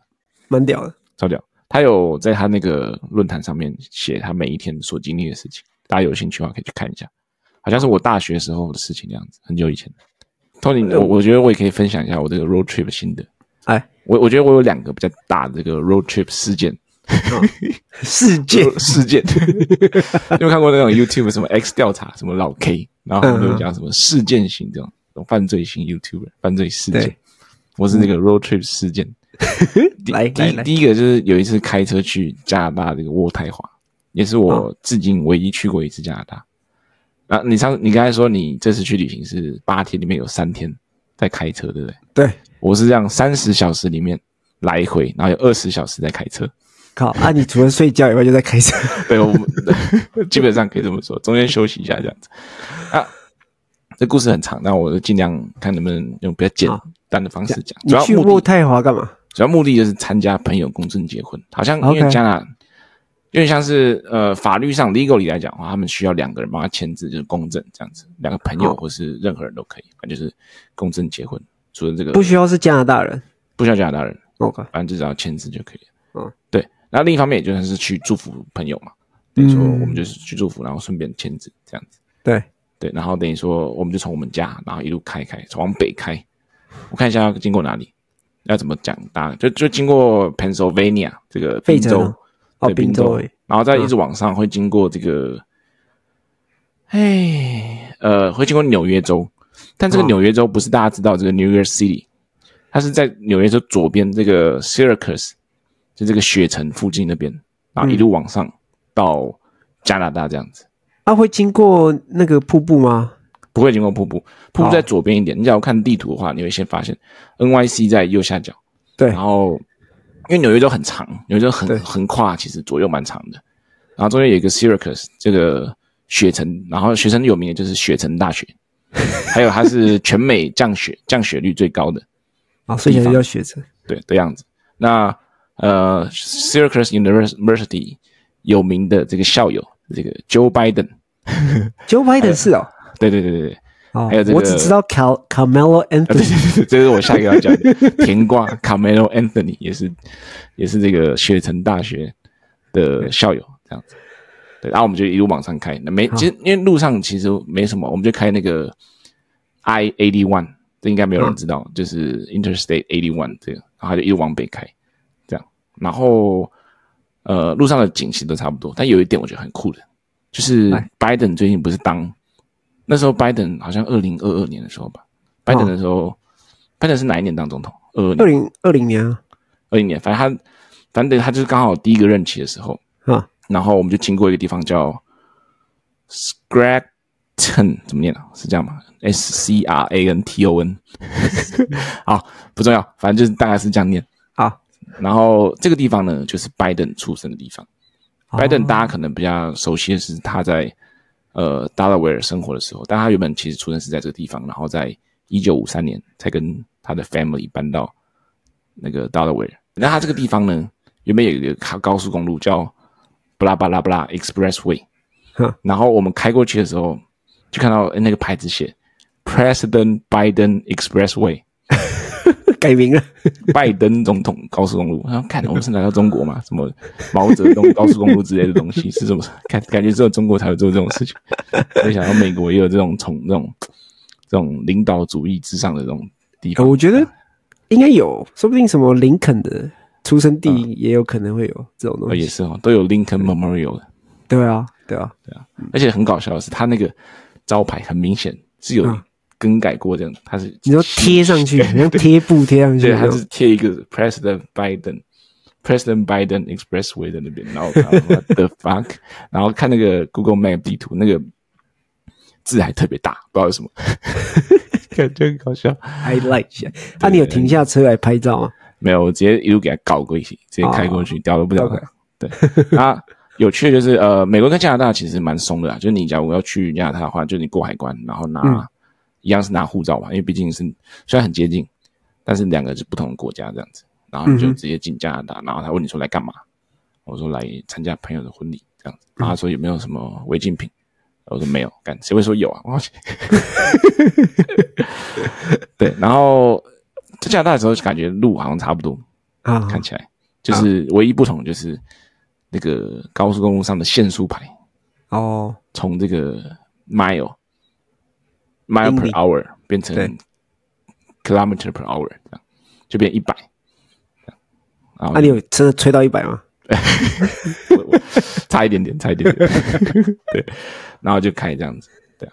[SPEAKER 2] 蛮屌的。
[SPEAKER 1] 超屌。他有在他那个论坛上面写他每一天所经历的事情，大家有兴趣的话可以去看一下。好像是我大学时候的事情那样子，很久以前。Tony，我我觉得我也可以分享一下我这个 road trip 心得。
[SPEAKER 2] 哎，
[SPEAKER 1] 我我觉得我有两个比较大的这个 road trip 事件，
[SPEAKER 2] 世界
[SPEAKER 1] 事 件。你有看过那种 YouTube 什么 X 调查，什么老 K，然后他们就会
[SPEAKER 2] 嗯
[SPEAKER 1] 讲什么事件型这种这种犯罪型 YouTuber 犯罪事件
[SPEAKER 2] 对。
[SPEAKER 1] 我是那个 road trip 事 件。第
[SPEAKER 2] 来
[SPEAKER 1] 第
[SPEAKER 2] 来
[SPEAKER 1] 一
[SPEAKER 2] 来，
[SPEAKER 1] 第一个就是有一次开车去加拿大这个渥太华，也是我
[SPEAKER 2] 哦
[SPEAKER 1] 至今唯一去过一次加拿大。啊，你上你刚才说你这次去旅行是八天，里面有三天在开车，对不对？
[SPEAKER 2] 对，
[SPEAKER 1] 我是这样，三十小时里面来回，然后有二十小时在开车。
[SPEAKER 2] 靠啊！你除了睡觉以外，就在开 车。
[SPEAKER 1] 对，我们基本上可以这么说，中间休息一下这样子。啊，这故事很长，那我就尽量看能不能用比较简
[SPEAKER 2] 好
[SPEAKER 1] 单的方式讲。
[SPEAKER 2] 你
[SPEAKER 1] 主要
[SPEAKER 2] 去
[SPEAKER 1] 目
[SPEAKER 2] 渥
[SPEAKER 1] 的呃
[SPEAKER 2] 太华干嘛？
[SPEAKER 1] 主要目的就是参加朋友公证结婚，好像因
[SPEAKER 2] OK
[SPEAKER 1] 为加拿有点像是呃法律上 legally 来讲的话，他们需要两个人帮他签字，就是公证这样子，两个朋友
[SPEAKER 2] 好
[SPEAKER 1] 或是任何人都可以，反正就是公证结婚。除了这个
[SPEAKER 2] 不需要是加拿大人。哦
[SPEAKER 1] 不需要加拿大人，
[SPEAKER 2] OK，
[SPEAKER 1] 反正就只要签字就可以了。
[SPEAKER 2] 嗯，
[SPEAKER 1] 对。然后另一方面，也就算是去祝福朋友嘛，等于说
[SPEAKER 2] 嗯
[SPEAKER 1] 我们就是去祝福，然后顺便签字这样子。
[SPEAKER 2] 对，
[SPEAKER 1] 对，然后等于说我们就从我们家，然后一路开开，从往北开。我看一下要经过哪里，要怎么讲？大家就就经过 Pennsylvania 这个
[SPEAKER 2] 费
[SPEAKER 1] 宾
[SPEAKER 2] 城
[SPEAKER 1] 州，
[SPEAKER 2] 啊哦
[SPEAKER 1] 对，
[SPEAKER 2] 宾
[SPEAKER 1] 宾
[SPEAKER 2] 州
[SPEAKER 1] 州
[SPEAKER 2] 而已，
[SPEAKER 1] 然后再一直往上会经过这个，哎、呃，会经过纽约州，但这个
[SPEAKER 2] 哦
[SPEAKER 1] 纽约州不是大家知道这个 New York City，它是在纽约州左边这个 Syracuse，就这个雪城附近那边，然后一路往上到加拿大这样子。
[SPEAKER 2] 啊，会经过那个瀑布吗？
[SPEAKER 1] 不会经过瀑布，瀑
[SPEAKER 2] 哦
[SPEAKER 1] 布在左边一点。你只要看地图的话，你会先发现 NYC 在右下角，
[SPEAKER 2] 对
[SPEAKER 1] 然后因为纽约州很长，纽约州横
[SPEAKER 2] 对
[SPEAKER 1] 横跨其实左右蛮长的，然后中间有一个 Syracuse 这个雪城，然后雪城有名的就是雪城大学，还有它是全美降雪 降雪率最高的，
[SPEAKER 2] 啊，所以就要学着。
[SPEAKER 1] 对的样子。那呃，Syracuse University 有名的这个校友，这个 Joe Biden，
[SPEAKER 2] Joe Biden 是哦，
[SPEAKER 1] 对对对对对，
[SPEAKER 2] 哦
[SPEAKER 1] 哎还有这，个
[SPEAKER 2] 我只知道 Cal Carmelo
[SPEAKER 1] 啊， 对
[SPEAKER 2] Anthony
[SPEAKER 1] 对对，这是我下一个要讲的甜瓜 Camelo Anthony 也是也是这个雪城大学的校友这样子。对，然后我们就一路往上开，那没其实因为路上其实没什么，我们就开那个 I eighty one，这应该没有人知道，就是 Interstate eighty one 这个，然后它就一路往北开，这样，然后呃路上的景其实都差不多，但有一点我觉得很酷的，就是
[SPEAKER 2] 哎
[SPEAKER 1] 拜登最近不是当那时候拜登好像二零二二年的时候吧，拜登的时候，拜登是哪一年当总统？二二
[SPEAKER 2] 二
[SPEAKER 1] 年，
[SPEAKER 2] 零二零年啊
[SPEAKER 1] 二一年，反正他，反正等于他就是刚好第一个任期的时候，
[SPEAKER 2] 啊，
[SPEAKER 1] 然后我们就经过一个地方叫 Scranton，怎么念啊？是这样吗？S C R A N T O N，好，不重要，反正就是大概是这样念。
[SPEAKER 2] 好，
[SPEAKER 1] 然后这个地方呢，就是拜登出生的地方。
[SPEAKER 2] 哦
[SPEAKER 1] 拜登大家可能比较熟悉的是他在呃达拉维尔生活的时候，但他原本其实出生是在这个地方，然后在一九五三年才跟他的 family 搬到那个达拉维尔。那他这个地方呢，原本有一个高高速公路叫布拉巴拉布拉 Expressway，
[SPEAKER 2] 哼
[SPEAKER 1] 然后我们开过去的时候，就看到诶哎那个牌子写 President Biden Expressway。
[SPEAKER 2] 改 名了，
[SPEAKER 1] 拜登总统高速公路， 然后看我们是来到中国嘛？什么毛泽东高速公路之类的东西 是什么？感感觉只有中国才会做这种事情。 没想到美国也有这种从这种这种领导主义之上的这种地
[SPEAKER 2] 呃
[SPEAKER 1] 方。
[SPEAKER 2] 我觉得应该有，说不定什么林肯的出生地也有可能会有这种
[SPEAKER 1] 呃，
[SPEAKER 2] 东
[SPEAKER 1] 也
[SPEAKER 2] 西。
[SPEAKER 1] 是啊哦，都有 Lincoln Memorial 的，
[SPEAKER 2] 对啊，对啊，
[SPEAKER 1] 而且很搞笑的是，他那个招牌很明显是有
[SPEAKER 2] 嗯
[SPEAKER 1] 更改过这样的，他是
[SPEAKER 2] 你说贴上去，像贴布贴上去
[SPEAKER 1] 对，
[SPEAKER 2] 那种，
[SPEAKER 1] 他是贴一个 President Biden。President Biden Expressway 在那边，然后我看 What the fuck，然 后看那个 Google Map 地图，那个字还特别大，不知道为什么， 感觉很搞笑。
[SPEAKER 2] highlight 一下。那、你有停下车来拍照吗？
[SPEAKER 1] 没有，我直接一路给他搞过去，直接开过
[SPEAKER 2] 哦
[SPEAKER 1] 去，屌都不屌他。对 啊，有趣的就是呃，美国跟加拿大其实蛮松的啦，就是你假如要去加拿大的话，就你过海关，然后拿、
[SPEAKER 2] 嗯
[SPEAKER 1] 一样是拿护照嘛，因为毕竟是虽然很接近，但是两个是不同的国家这样子，然后你就
[SPEAKER 2] 嗯哼
[SPEAKER 1] 直接进加拿大，然后他问你说来干嘛，我说来参加朋友的婚礼这样子，
[SPEAKER 2] 嗯
[SPEAKER 1] 然后他说有没有什么违禁品，我说没有，干谁会说有啊？我去 对，然后在加拿大的时候就感觉路好像差不多，
[SPEAKER 2] 啊，
[SPEAKER 1] 看起来就是唯一不同就是那个高速公路上的限速牌
[SPEAKER 2] 哦，
[SPEAKER 1] 从这个 mile mile
[SPEAKER 2] 英
[SPEAKER 1] per
[SPEAKER 2] 里
[SPEAKER 1] hour 变成
[SPEAKER 2] 对
[SPEAKER 1] kilometer per hour 这样，就变一百。然后
[SPEAKER 2] 啊那、你有真的吹到一百吗？
[SPEAKER 1] 我我差一点点，差一点点， 对，然后就开这样子，对啊。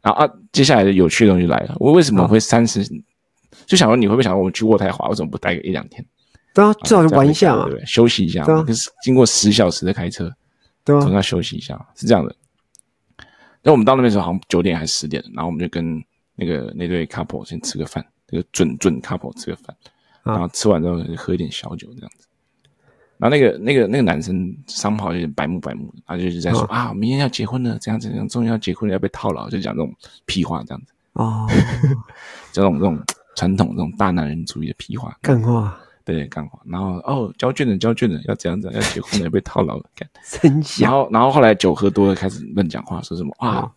[SPEAKER 1] 然后啊，接下来的有趣的东西来了，我为什么会三十？就想说你会不会想说我们去渥太华，为什么不待个一两天？
[SPEAKER 2] 对啊，至少
[SPEAKER 1] 这样
[SPEAKER 2] 玩一
[SPEAKER 1] 会
[SPEAKER 2] 下
[SPEAKER 1] 好
[SPEAKER 2] 嘛
[SPEAKER 1] 对，不对？休息一下
[SPEAKER 2] 对
[SPEAKER 1] 嘛。
[SPEAKER 2] 啊嗯
[SPEAKER 1] 可是经过十小时的开车，
[SPEAKER 2] 对啊吧、
[SPEAKER 1] 总要休息一下，是这样的。那我们到那边的时候好像九点还是十点了，然后我们就跟那个那对 couple 先吃个饭，那个准准 couple 吃个饭，
[SPEAKER 2] 啊
[SPEAKER 1] 然后吃完之后就喝一点小酒这样子。然后那个那个那个男生商跑有点白目白目，他就是在说
[SPEAKER 2] 嗯
[SPEAKER 1] 啊，明天要结婚了，怎样怎样，终于要结婚了，要被套牢，就讲这种屁话这样子，
[SPEAKER 2] 哦，
[SPEAKER 1] 这种这种传统这种大男人主义的屁话，
[SPEAKER 2] 干话，
[SPEAKER 1] 对干话。然后哦，交卷了交卷了，要怎样怎样，要结婚了，要被套牢了， 干。
[SPEAKER 2] 真
[SPEAKER 1] 然
[SPEAKER 2] 香
[SPEAKER 1] 后，然后后来酒喝多了，开始乱讲话，说什么
[SPEAKER 2] 嗯
[SPEAKER 1] 啊，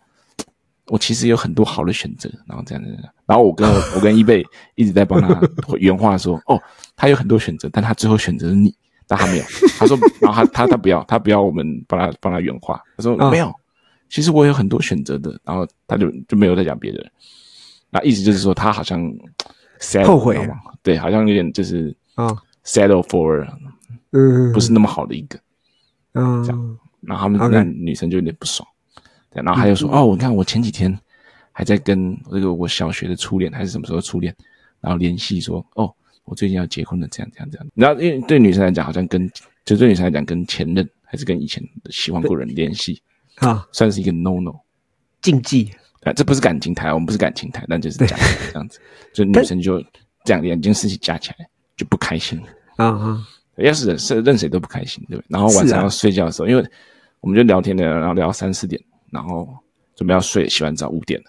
[SPEAKER 1] 我其实有很多好的选择，然后这样这样。这样然后我跟我跟一贝一直在帮他 原话说，哦，他有很多选择，但他最后选择了你，但他没有。他说，然后他他他不要，他不要我们帮他帮他原话，他说、
[SPEAKER 2] 啊
[SPEAKER 1] 没有，其实我有很多选择的。然后他就就没有再讲别的了。那意思就是说，他好像 sad,
[SPEAKER 2] 后悔
[SPEAKER 1] 你知道吗对，好像有点就是
[SPEAKER 2] 啊，
[SPEAKER 1] settle for
[SPEAKER 2] 嗯，
[SPEAKER 1] 不是那么好的一个。
[SPEAKER 2] 嗯，
[SPEAKER 1] 然后他们
[SPEAKER 2] OK
[SPEAKER 1] 那女生就有点不爽，对，然后他就说：“哦，我看我前几天还在跟这个我小学的初恋还是什么时候初恋，然后联系说，哦，我最近要结婚了，这样这样这样。”然后因为对女生来讲，好像跟就对女生来讲，跟前任还是跟以前的喜欢过的人联系，
[SPEAKER 2] 啊，
[SPEAKER 1] 算是一个 no no。
[SPEAKER 2] 竞技
[SPEAKER 1] 啊，这不是感情台，我们不是感情台，但就是讲这样子，就女生就这样两件事情加起来就不开心了。
[SPEAKER 2] 啊啊，
[SPEAKER 1] 要是认识认谁都不开心，对不对？然后晚
[SPEAKER 2] 是
[SPEAKER 1] 上
[SPEAKER 2] 啊
[SPEAKER 1] 要睡觉的时候，因为我们就聊天聊聊，然后聊到三四点，然后准备要睡，洗完澡五点了，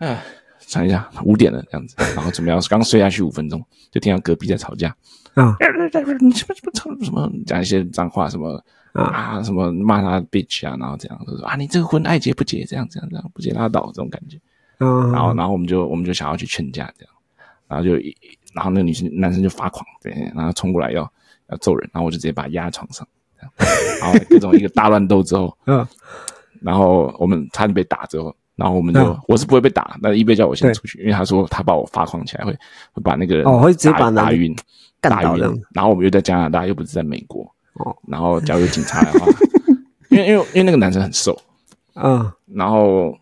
[SPEAKER 1] 哎， 想一下五点了这样子，然后准备要刚睡下去五分钟，就听到隔壁在吵架，哎
[SPEAKER 2] 啊
[SPEAKER 1] 你什么什么什么讲一些脏话什么
[SPEAKER 2] 啊
[SPEAKER 1] 啊什么骂他 bitch 啊，然后这样就说啊你这个婚爱结不结这样这样这样不结拉倒这种感觉，
[SPEAKER 2] 啊，
[SPEAKER 1] 然后然后我们就我们就想要去劝架这样，然后就一然后那个女生男生就发狂，对，然后冲过来要要揍人，然后我就直接把他压在床上，这样然后各种一个大乱斗之后，
[SPEAKER 2] 嗯
[SPEAKER 1] 然后我们差点被打之后，然后我们就、
[SPEAKER 2] 嗯
[SPEAKER 1] 我是不会被打，但一贝叫我先
[SPEAKER 2] 对
[SPEAKER 1] 出去，因为他说他把我发狂起来会会把那个人
[SPEAKER 2] 哦会直接把
[SPEAKER 1] 打
[SPEAKER 2] 男
[SPEAKER 1] 打
[SPEAKER 2] 的
[SPEAKER 1] 晕
[SPEAKER 2] 干
[SPEAKER 1] 打
[SPEAKER 2] 倒
[SPEAKER 1] 晕
[SPEAKER 2] 这样，
[SPEAKER 1] 然后我们又在加拿大，又不是在美国，
[SPEAKER 2] 哦
[SPEAKER 1] 然后假如有警察的话， 因为因为因为那个男生很瘦，
[SPEAKER 2] 啊
[SPEAKER 1] 然后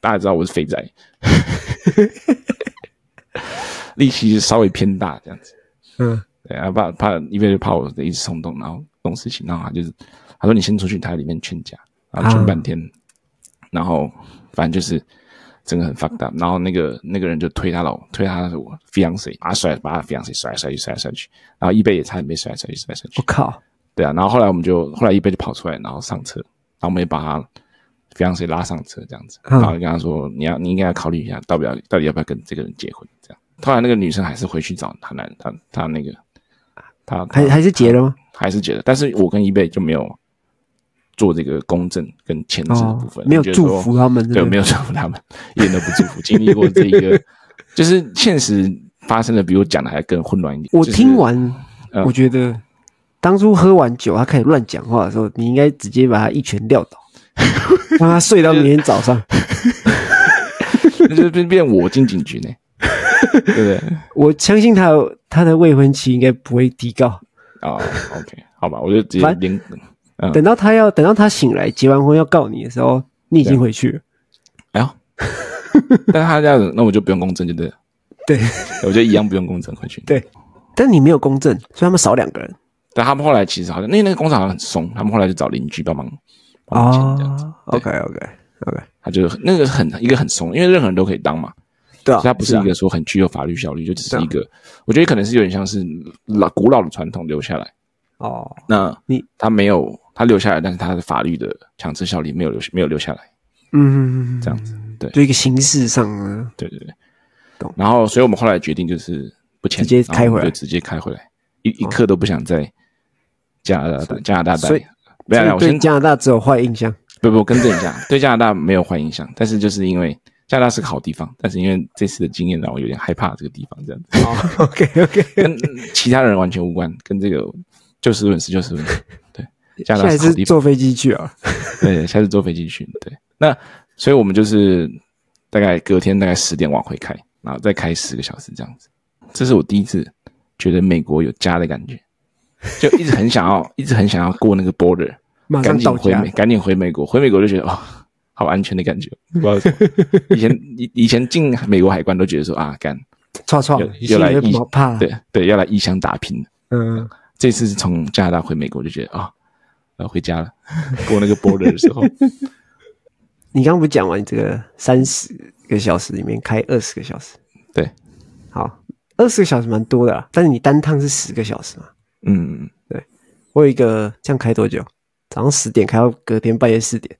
[SPEAKER 1] 大家知道我是肥宅， 力气稍微偏大这样子。
[SPEAKER 2] 嗯
[SPEAKER 1] 对啊，怕怕因为怕我一直冲动，然后懂事情，然后他就是他说你先出去，他在里面劝架，然后劝半天，然后反正就是整个很 fucked up，然后那个那个人就推他老推他的我 fiance，把他甩把他 fiance 甩来甩去甩来甩去，然后一贝也差点被甩来甩去甩来甩去
[SPEAKER 2] 我，靠，
[SPEAKER 1] 对啊，然后后来我们就后来一贝就跑出来，然后上车，然后我们也把他 fiance 拉上车这样子，
[SPEAKER 2] 嗯
[SPEAKER 1] 然后就跟他说你要你应该要考虑一下，到底要到底要不要跟这个人结婚这样。后来那个女生还是回去找她男她她那个她
[SPEAKER 2] 还还是结了吗？
[SPEAKER 1] 还是结了，但是我跟一贝就没有做这个公证跟签字的啊部分，
[SPEAKER 2] 哦没有
[SPEAKER 1] 我觉得说
[SPEAKER 2] 祝福他们对
[SPEAKER 1] 对，
[SPEAKER 2] 不对
[SPEAKER 1] 没有祝福他们，一点都不祝福。经历过这一个，就是现实发生的比我讲的还更混乱一点。
[SPEAKER 2] 我
[SPEAKER 1] 就是
[SPEAKER 2] 听完，
[SPEAKER 1] 嗯
[SPEAKER 2] 我觉得当初喝完酒他开始乱讲话的时候，你应该直接把他一拳 撂倒，让他睡到明天早上。
[SPEAKER 1] 那就变变我进警 局呢，对不对？
[SPEAKER 2] 我相信他有他的未婚妻应该不会提高，
[SPEAKER 1] 哦，OK，好吧，我就直接
[SPEAKER 2] 反
[SPEAKER 1] 连嗯
[SPEAKER 2] 等到他要等到他醒来结完婚要告你的时候，你已经回去了。
[SPEAKER 1] 哎呦， 但是他这样子，那我就不用公证就对了，
[SPEAKER 2] 对
[SPEAKER 1] 我就一样不用公证回去。
[SPEAKER 2] 对，但你没有公证，所以他们少两个人
[SPEAKER 1] 但他们后来其实好像，因为那个工厂好像很松，他们后来就找邻居帮忙帮忙签这样子。
[SPEAKER 2] 哦。OK OK OK，
[SPEAKER 1] 他就很那个很一个很松，因为任何人都可以当嘛，所
[SPEAKER 2] 对啊
[SPEAKER 1] 以，它不是
[SPEAKER 2] 啊
[SPEAKER 1] 一个说很具有法律效力，就只是
[SPEAKER 2] 对啊
[SPEAKER 1] 一个，我觉得可能是有点像是老古老的传统留下来。
[SPEAKER 2] 哦，
[SPEAKER 1] 那
[SPEAKER 2] 你
[SPEAKER 1] 它没有，它留下来，但是它的法律的强制效力没有留没有留下来，
[SPEAKER 2] 嗯，
[SPEAKER 1] 这样子。对
[SPEAKER 2] 就一个形式上啊，
[SPEAKER 1] 对对对
[SPEAKER 2] 懂。
[SPEAKER 1] 然后，所以我们后来决定就是不签，
[SPEAKER 2] 直接开回来哦
[SPEAKER 1] 对，直接开回来，一一刻都不想在加拿大待加拿大待
[SPEAKER 2] 所以。
[SPEAKER 1] 没有没有，我
[SPEAKER 2] 对
[SPEAKER 1] 先
[SPEAKER 2] 加拿大只有坏 印象。
[SPEAKER 1] 不不，我更正一下， 对加拿大没有坏印象，但是就是因为加拿大是个好地方，但是因为这次的经验让我有点害怕这个地方，这样子
[SPEAKER 2] 哦，OK OK，
[SPEAKER 1] 跟其他人完全无关，跟这个就事论事就事论事。 对，加拿
[SPEAKER 2] 下
[SPEAKER 1] 大
[SPEAKER 2] 一
[SPEAKER 1] 是好
[SPEAKER 2] 次
[SPEAKER 1] 地方，
[SPEAKER 2] 坐飞机去啊。
[SPEAKER 1] 对，下次坐飞机去。对，那所以我们就是大概隔天大概十点往回开，然后再开十个小时这样子。这是我第一次觉得美国有家的感觉，就一直很想要，一直很想要过那个 border。
[SPEAKER 2] 马
[SPEAKER 1] 赶
[SPEAKER 2] 上
[SPEAKER 1] 紧
[SPEAKER 2] 到
[SPEAKER 1] 回
[SPEAKER 2] 家
[SPEAKER 1] 美，，赶紧回美国，回美国就觉得哦，好安全的感 觉，不知道为什么。以前以以前进美国海关都觉得说啊，干
[SPEAKER 2] 错错
[SPEAKER 1] 又，
[SPEAKER 2] 心
[SPEAKER 1] 又来
[SPEAKER 2] 里
[SPEAKER 1] 异
[SPEAKER 2] 会好怕。，
[SPEAKER 1] 对对，要来异乡打拼。
[SPEAKER 2] 嗯，
[SPEAKER 1] 这次是从加拿大回美国，就觉得啊，我要回家了。过那个 border 的时 候，
[SPEAKER 2] 你刚刚不讲完这个三十个小时里面开二十个小时，
[SPEAKER 1] 对，
[SPEAKER 2] 好，二十个小时蛮多的啦，但是你单趟是十个小时嘛？
[SPEAKER 1] 嗯，
[SPEAKER 2] 我有一个这样开多久？早上十点开到隔天半夜四点，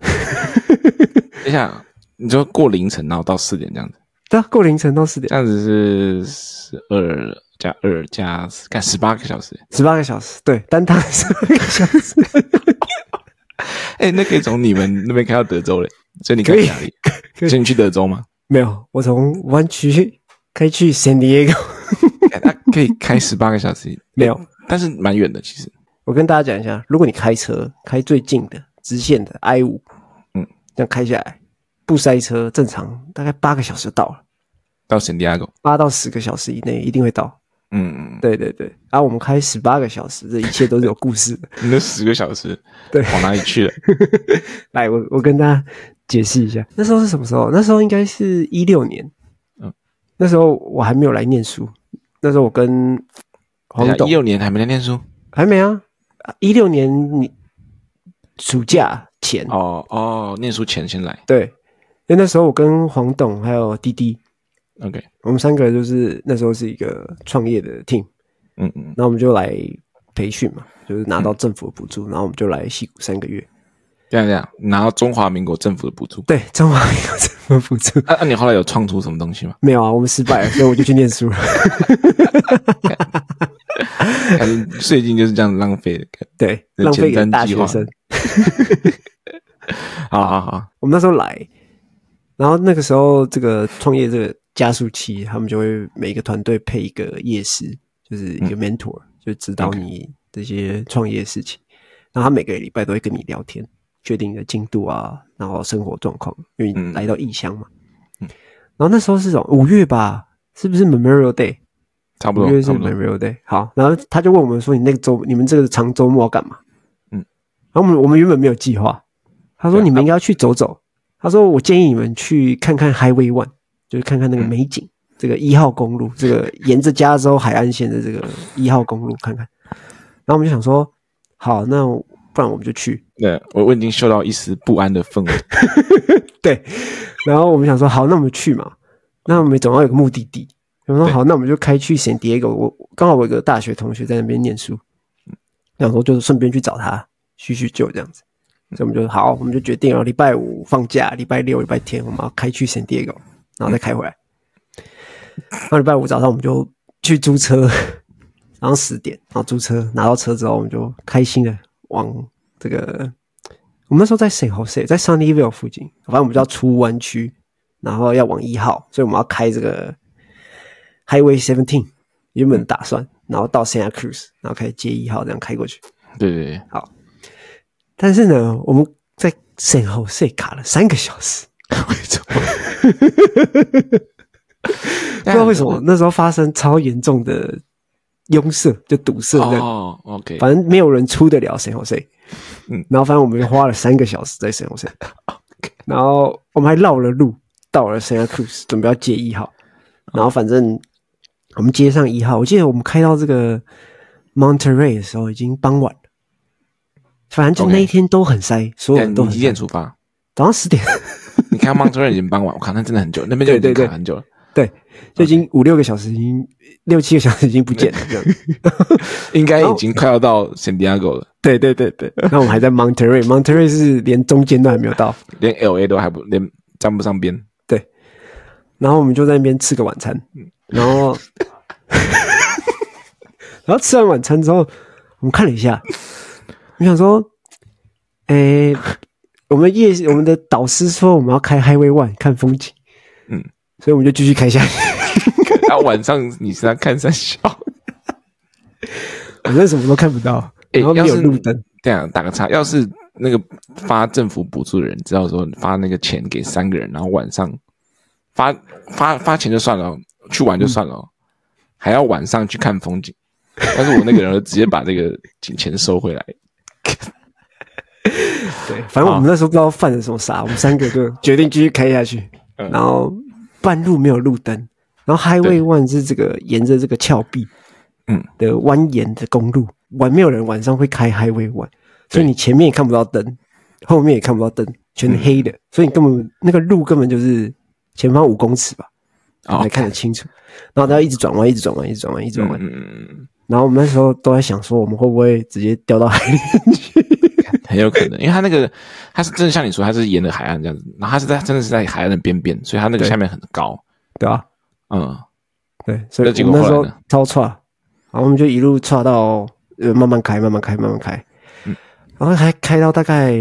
[SPEAKER 1] 等一下，你说过凌晨，然后到四点这样子，
[SPEAKER 2] 对啊，过凌晨到四点
[SPEAKER 1] 这，样子是十二加二加四干十八个小时。
[SPEAKER 2] 十八个小时，对，单趟十八个小 时，
[SPEAKER 1] 哎，那可以从你们那边开到德州 嘞，所以你开
[SPEAKER 2] 可以
[SPEAKER 1] 哪里？所以你去德州吗？
[SPEAKER 2] 没有，我从湾区开去 San Diego，
[SPEAKER 1] 哎那可以开十八个小时，
[SPEAKER 2] 没有，
[SPEAKER 1] 但是蛮远的，其实。
[SPEAKER 2] 我跟大家讲一下，如果你开车开最近的直线的 I 五，
[SPEAKER 1] 嗯，
[SPEAKER 2] 这样开下来不塞车，正常大概八个小时就到了，
[SPEAKER 1] 到圣地亚哥，
[SPEAKER 2] 八到十个小时以内一定会到。
[SPEAKER 1] 嗯，
[SPEAKER 2] 对对对，啊，我们开十八个小时，这一切都是有故事的。
[SPEAKER 1] 嗯你那十个小时，
[SPEAKER 2] 对
[SPEAKER 1] 往哪里去 了？
[SPEAKER 2] 来，我我跟大家解释一下，那时候是什么时候？那时候应该是一六年，
[SPEAKER 1] 嗯
[SPEAKER 2] 嗯，那时候我还没有来念书，那时候我跟黄董
[SPEAKER 1] 一六年还没来念书，
[SPEAKER 2] 还没啊，一六年你暑假前
[SPEAKER 1] 哦哦，念书前先来
[SPEAKER 2] 对，因为那时候我跟黄董还有滴滴，
[SPEAKER 1] ，OK，
[SPEAKER 2] 我们三个就是那时候是一个创业的 team，
[SPEAKER 1] 嗯嗯，
[SPEAKER 2] 那我们就来培训嘛，就是拿到政府的补助，然后我们就来西谷三个月。
[SPEAKER 1] 这样这样，拿到中华民国政府的补助。
[SPEAKER 2] 对，中华民国政府补助
[SPEAKER 1] 那、啊、你后来有创出什么东西吗？
[SPEAKER 2] 没有啊，我们失败了，所以我就去念书了。
[SPEAKER 1] 还是最近就是这样浪费的？
[SPEAKER 2] 对，
[SPEAKER 1] 那
[SPEAKER 2] 浪费
[SPEAKER 1] 简
[SPEAKER 2] 给
[SPEAKER 1] 单
[SPEAKER 2] 大
[SPEAKER 1] 计
[SPEAKER 2] 学
[SPEAKER 1] 划
[SPEAKER 2] 生。
[SPEAKER 1] 好好好，
[SPEAKER 2] 我们那时候来，然后那个时候这个创业这个加速器，他们就会每个团队配一个业师，就是一个 mentor，、就指导你这些创业事情。然后他每个礼拜都会跟你聊天，确定你的进度啊，然后生活状况，因为
[SPEAKER 1] 嗯
[SPEAKER 2] 你来到异乡嘛。然后那时候是什么五月吧，是不是 Memorial Day？
[SPEAKER 1] 差不
[SPEAKER 2] 五
[SPEAKER 1] 多
[SPEAKER 2] 月，是
[SPEAKER 1] 差不多。
[SPEAKER 2] Memorial Day。好，然后他就问我们说：“你那个周，你们这个长周末要干嘛？”
[SPEAKER 1] 嗯，
[SPEAKER 2] 然后我们我们原本没有计划，他说：“
[SPEAKER 1] 对
[SPEAKER 2] 你们应该要去走走。”他说：“我建议你们去看看 Highway One，就是看看那个
[SPEAKER 1] 嗯
[SPEAKER 2] 美景，这个一号公路，这个沿着加州海岸线的这个一号公路看看。”然后我们就想说：“好，那不然我们就去。”
[SPEAKER 1] 对，我我已经嗅到一丝不安的氛 围。
[SPEAKER 2] 对，然后我们想说，好，那我们去嘛，那我们总要有个目的地。我们说
[SPEAKER 1] 对
[SPEAKER 2] 好，那我们就开去 San Diego。我刚好我有个大学同学在那边念书，想说就顺便去找他叙叙旧这样子。所以我们就好，我们就决定了礼拜五放假，礼拜六、礼拜天我们要开去 San Diego，然后再开回来。然后礼拜五早上我们就去租车，然后十点，然后租车拿到车之后，我们就开心的往这个我们那时候在 San Jose，在 Sunnyvale 附近，反正我们就要出湾区，然后要往一号，所以我们要开这个 Highway Seventeen，原本打算，然后到 Santa Cruz，然后开始接一号这样开过去。
[SPEAKER 1] 对对对，
[SPEAKER 2] 但是呢，我们在 San Jose 卡了三个小时，
[SPEAKER 1] 为 什么？啊
[SPEAKER 2] 不知道为什么那时候发生超严重的拥塞，就堵塞这样。
[SPEAKER 1] 哦，OK，
[SPEAKER 2] 反正没有人出得了 San Jose，
[SPEAKER 1] 嗯
[SPEAKER 2] 嗯，然后反正我们就花了三个小时在 San Jose，然后我们还绕了路到了 Santa Cruz，准备要接一号，然后反正我们接上一号，我记得我们开到这个 Monterey 的时候已经傍晚了，反正就
[SPEAKER 1] OK
[SPEAKER 2] 那一天都很塞，所有人都
[SPEAKER 1] 你
[SPEAKER 2] 很
[SPEAKER 1] 几
[SPEAKER 2] 塞
[SPEAKER 1] 点，出发？
[SPEAKER 2] 早上十点，
[SPEAKER 1] 你你看 Montreal 已经傍晚，我靠，那真的很久，那边就已
[SPEAKER 2] 对
[SPEAKER 1] 经
[SPEAKER 2] 对对
[SPEAKER 1] 卡很久了。
[SPEAKER 2] 对，就已经五六个小时，已经六七个小时已经不见了。这样
[SPEAKER 1] 应该已经快要到 San Diego 了，
[SPEAKER 2] 对对对对，那我们还在 Monterey，Monterey 是连中间都还没有到。
[SPEAKER 1] 连 LA 都还不连沾不 上边。
[SPEAKER 2] 对，然后我们就在那边吃个晚餐，
[SPEAKER 1] 嗯
[SPEAKER 2] 然后，然后吃完晚餐之后，我们看了一下，我想说，诶、我们夜我们的导师说我们要开 Highway One 看风景，
[SPEAKER 1] 嗯，
[SPEAKER 2] 所以我们就继续开下去，
[SPEAKER 1] 然后啊晚上你是在看山笑，
[SPEAKER 2] 反正什么都看不到，
[SPEAKER 1] 哎
[SPEAKER 2] 然后没
[SPEAKER 1] 要
[SPEAKER 2] 有
[SPEAKER 1] 是
[SPEAKER 2] 路灯，
[SPEAKER 1] 这样打个岔，要是那个发政府补助的人知道说发那个钱给三个人，然后晚上发发发钱就算了哦，去玩就算了哦，
[SPEAKER 2] 嗯
[SPEAKER 1] 还要晚上去看风景。但是我那个人就直接把这个钱收回来，
[SPEAKER 2] 对，反正我们那时候不知道犯了什么傻，我们三个就决定继续开下去，
[SPEAKER 1] 啊嗯
[SPEAKER 2] 然后半路没有路灯，然后 Highway
[SPEAKER 1] 对
[SPEAKER 2] One 是这个沿着这个峭壁，
[SPEAKER 1] 嗯
[SPEAKER 2] 的蜿蜒的公路，晚没有人晚上会开 Highway One，所以
[SPEAKER 1] 对
[SPEAKER 2] 你前面也看不到灯，后面也看不到灯，全是黑的，
[SPEAKER 1] 嗯
[SPEAKER 2] 所以你根本那个路根本就是前方五公尺吧，
[SPEAKER 1] 哦
[SPEAKER 2] 才看得清楚，然后他要一直转弯，一直转弯，一直转弯，一直转
[SPEAKER 1] 嗯
[SPEAKER 2] 弯，
[SPEAKER 1] 嗯嗯，
[SPEAKER 2] 然后我们那时候都在想说，我们会不会直接掉到海里 面去？
[SPEAKER 1] 嗯很有可能，因为他那个他是真的像你说，他是沿着海岸这样子，然后他是在真的是在海岸的边边，所以他那个
[SPEAKER 2] 对
[SPEAKER 1] 下面很高，
[SPEAKER 2] 对啊吧、
[SPEAKER 1] 嗯，
[SPEAKER 2] 对，所以
[SPEAKER 1] 那结
[SPEAKER 2] 我
[SPEAKER 1] 果
[SPEAKER 2] 们那时
[SPEAKER 1] 后
[SPEAKER 2] 候
[SPEAKER 1] 来呢
[SPEAKER 2] 超串，然后我们就一路串到呃慢慢开，慢慢开，慢慢开，然后还开到大概，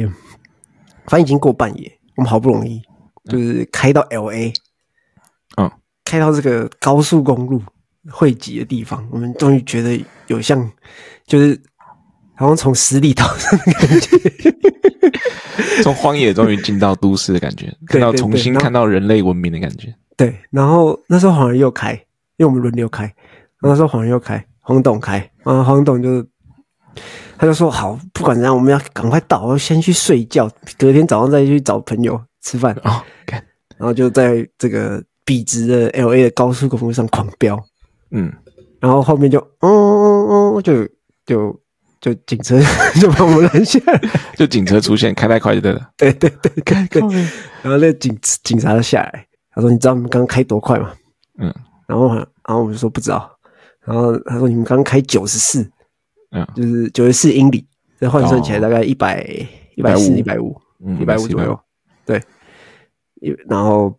[SPEAKER 2] 反正已经过半夜，我们好不容易就是开到 L A，
[SPEAKER 1] 嗯，
[SPEAKER 2] 开到这个高速公路汇集的地方，我们终于觉得有像就是好像从十里岛上的感觉，
[SPEAKER 1] 从荒野终于进到都市的感觉，看到
[SPEAKER 2] 对对
[SPEAKER 1] 重新
[SPEAKER 2] 然后
[SPEAKER 1] 看到人类文明的感觉。
[SPEAKER 2] 对，然后那时候黄人又开，因为我们轮流开，然后那时候黄人又开，黄董开，然后黄董就他就说好，不管怎样，我们要赶快到，我先去睡觉，隔天早上再去找朋友吃饭，
[SPEAKER 1] 哦，看，
[SPEAKER 2] 然后就在这个笔直的 L A 的高速公路上狂飙，
[SPEAKER 1] 嗯，
[SPEAKER 2] 然后后面就嗯嗯嗯，就就就警车 就把我们拦下来，
[SPEAKER 1] 就警车出现，开太快就对了。
[SPEAKER 2] 对对对对对，然后那警警察就下来，他说你知道你们刚刚开多快吗？
[SPEAKER 1] 嗯
[SPEAKER 2] 然后我然后我就说不知道，然后他说你们刚开九十四，
[SPEAKER 1] 嗯
[SPEAKER 2] 就是九十四英里，这换算起来
[SPEAKER 1] 哦
[SPEAKER 2] 大概一百一百四一百五
[SPEAKER 1] 嗯
[SPEAKER 2] 一百五
[SPEAKER 1] 140
[SPEAKER 2] 左右，对。一然后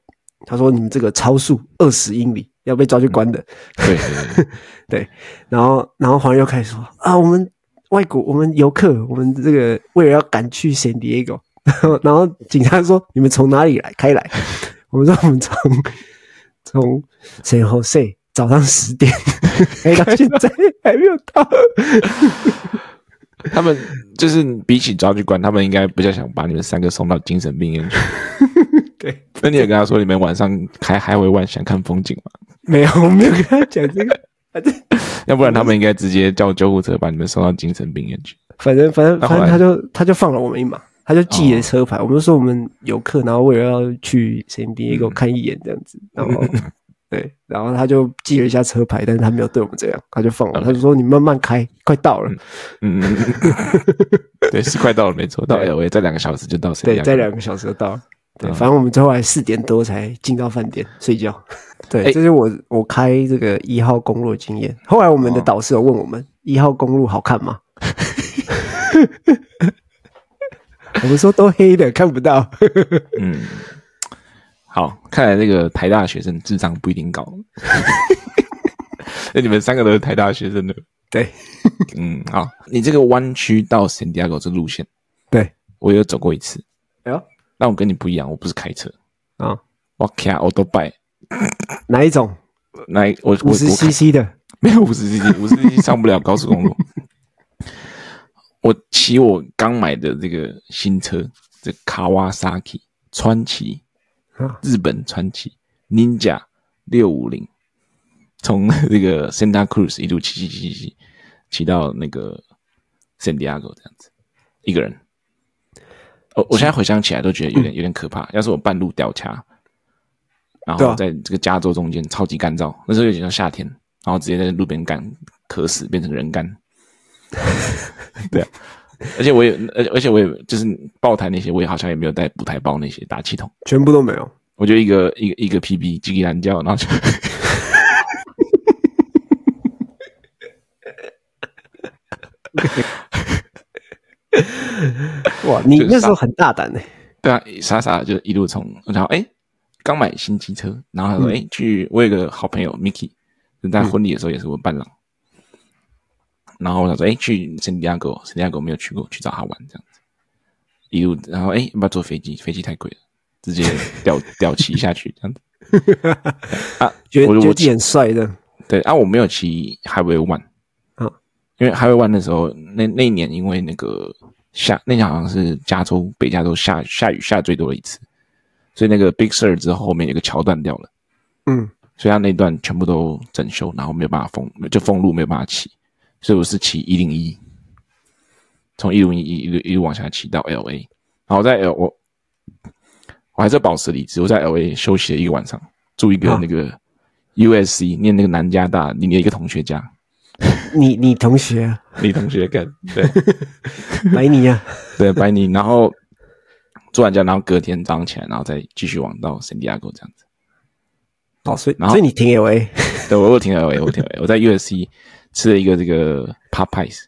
[SPEAKER 2] 他说你们这个超速二十英里要被抓去关的，
[SPEAKER 1] 对 对对，
[SPEAKER 2] 对。然后然后黄又开始说啊，我们外国我们游客我们这个为了要赶去 San Diego，然 后然后警察说你们从哪里来开来？ 我们说我们从从 San Jose 早上十点开到现在还没有到。
[SPEAKER 1] 他们就是比起抓去关，他们应该比较想把你们三个送到精神病院去。
[SPEAKER 2] 对，
[SPEAKER 1] 那你也跟他说，你们晚上开海尾湾想看风景吗？
[SPEAKER 2] 没有，我没有跟他讲这个。反正
[SPEAKER 1] 要不然他们应该直接叫救护车把你们送到精神病院去。
[SPEAKER 2] 反正反正
[SPEAKER 1] 那
[SPEAKER 2] 反
[SPEAKER 1] 后来
[SPEAKER 2] 正，他就他就放了我们一马，他就记了车牌。我们就说我们游客，然后为了要去 San Diego 看一眼这样子，然后
[SPEAKER 1] 嗯
[SPEAKER 2] 对，然后他就记了一下车牌，但是他没有对我们这样，他就放了。他就说你慢慢开，快到了，
[SPEAKER 1] 嗯，嗯嗯 对，是快到了，没错，到
[SPEAKER 2] 对
[SPEAKER 1] L A 再两个嗯小时就到。
[SPEAKER 2] 对，在两。个小时就到了。对，反正我们最后还四点多才进到饭店睡觉。对，
[SPEAKER 1] 哎
[SPEAKER 2] 这是我我开这个一号公路的经验。后来我
[SPEAKER 1] 哦
[SPEAKER 2] 们的导师有问我们，一号公路好看吗？ 我们说都黑的，看不到。
[SPEAKER 1] 嗯，好，看来那个台大学生智商不一定 高。那你们三个都是台大学生的，
[SPEAKER 2] 对
[SPEAKER 1] 嗯，好，你这个湾区到 San Diego 这路线，
[SPEAKER 2] 对，
[SPEAKER 1] 我有走过一次，
[SPEAKER 2] 哎呦
[SPEAKER 1] 但我跟你不一样，我不是开车，
[SPEAKER 2] 啊，
[SPEAKER 1] 我开我都拜，
[SPEAKER 2] 哪一种？
[SPEAKER 1] 来，我我
[SPEAKER 2] 五十
[SPEAKER 1] 我开
[SPEAKER 2] CC 的
[SPEAKER 1] 没有五十 cc，五十 cc 上不了高速公路。我骑我刚买的这个新车，这卡瓦萨奇川崎
[SPEAKER 2] 啊，
[SPEAKER 1] 日本川崎 Ninja 六五零，从这个 Santa Cruz 一路骑骑骑骑骑骑到那个 San Diego 这样子，一个人。哦我我现在回想起来都觉得有点有点可怕。要是我半路掉卡，然
[SPEAKER 2] 对啊
[SPEAKER 1] 后在这个加州中间超级干燥，那时候有点像夏天，然后直接在路边干渴死，变成人干。对啊，而且我也，而且而且我也就是爆台那些，我也好像也没有带补台包那些打气筒，
[SPEAKER 2] 全部都没有。
[SPEAKER 1] 我就一个一个一个 PB 叽叽难叫，然后就
[SPEAKER 2] 哇，你
[SPEAKER 1] 就是
[SPEAKER 2] 那时候很大胆呢、欸
[SPEAKER 1] 对啊，傻傻的就一路从然后哎，刚买新机车，然后他说哎、去，我有个好朋友 Miki，就在婚礼的时候也是我伴郎，然后我想说哎、去圣地亚哥，圣地亚哥没有去过，去找他玩这样子，一路然后哎、要不要坐飞机？飞机太贵了，直接 掉掉旗下去这样子啊，
[SPEAKER 2] 觉
[SPEAKER 1] 我就
[SPEAKER 2] 得觉
[SPEAKER 1] 我
[SPEAKER 2] 得自己很帅的。
[SPEAKER 1] 对啊，我没有骑 Highway One，
[SPEAKER 2] 嗯
[SPEAKER 1] 因为 Highway One 的时候，那那一年因为那个下那年好像是加州北加州下下雨下最多的一次，所以那个 Big Sur 之后后面有个桥断掉了，
[SPEAKER 2] 嗯，
[SPEAKER 1] 所以它那段全部都整修，然后没有办法封，就封路没有办法骑，所以我是骑一零一，从一零一一路一路往下骑到 L A，然后在 L 我我还在保持理智，我在 L A 休息了一个晚上，住一个
[SPEAKER 2] 啊
[SPEAKER 1] 那个 U S C、念那个南加大里面一个同学家，
[SPEAKER 2] 你你同 学啊
[SPEAKER 1] 李同学干对
[SPEAKER 2] 莱尼啊，
[SPEAKER 1] 对白你，然后住完家，然后隔天早上起来，然后再继续往到圣地亚哥这样子。
[SPEAKER 2] 哦，所以
[SPEAKER 1] 然后
[SPEAKER 2] 所以你挺有哎，
[SPEAKER 1] 对，我我停了，我我停了，我在 U S C 吃了一个这个 Popeyes，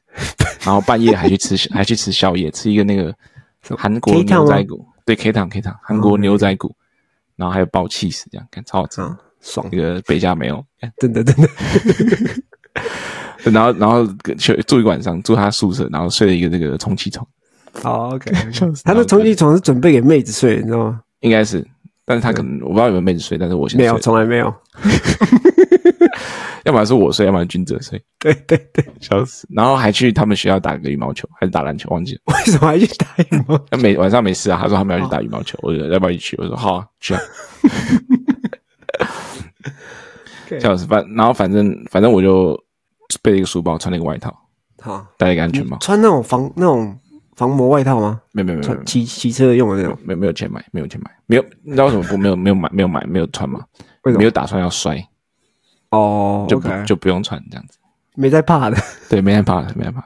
[SPEAKER 1] 然后半夜还去吃 还去吃宵夜，吃一个那个韩国
[SPEAKER 2] K 烫
[SPEAKER 1] 牛
[SPEAKER 2] 吗哦
[SPEAKER 1] 仔骨，对 K 糖 K 糖韩国牛仔骨，然后还有包 cheese 这样，看超好吃。
[SPEAKER 2] 啊，爽
[SPEAKER 1] 那，个北加没有，
[SPEAKER 2] 真的真 的，
[SPEAKER 1] 然后然后去住一个晚上，住他宿舍，然后睡了一个这个充气床，
[SPEAKER 2] 好 OK，他的充气床是准备给妹子睡，你知道吗？
[SPEAKER 1] 应该是，但是他可能我不知道有没有妹子睡，但是我先
[SPEAKER 2] 没
[SPEAKER 1] 睡
[SPEAKER 2] 有，，从来没有。
[SPEAKER 1] 要不然是我睡，要不然君哲睡，
[SPEAKER 2] 对对对，
[SPEAKER 1] 笑死。然后还去他们学校打个羽毛球，还是打篮球，忘记了。
[SPEAKER 2] 为什么还去打羽 毛？
[SPEAKER 1] 那每晚上没事啊，他说他们要去打羽毛球，我说要不要一起去？我说好、啊，去 啊。笑死，反然后反正反正我就背了一个书包，穿了一个外套，
[SPEAKER 2] 好，
[SPEAKER 1] 戴了一个安全帽，
[SPEAKER 2] 穿那种防那种防磨外套吗？
[SPEAKER 1] 没有没有没有
[SPEAKER 2] 穿骑骑车用的那种？
[SPEAKER 1] 没有没有钱买，没有钱买，没有你知道为什么不没有没有买没有买没有穿吗？
[SPEAKER 2] 为什么
[SPEAKER 1] 没有打算要摔，
[SPEAKER 2] 哦
[SPEAKER 1] 就不就不用穿这样子。
[SPEAKER 2] 没在怕的。
[SPEAKER 1] 对，没害怕，没害怕。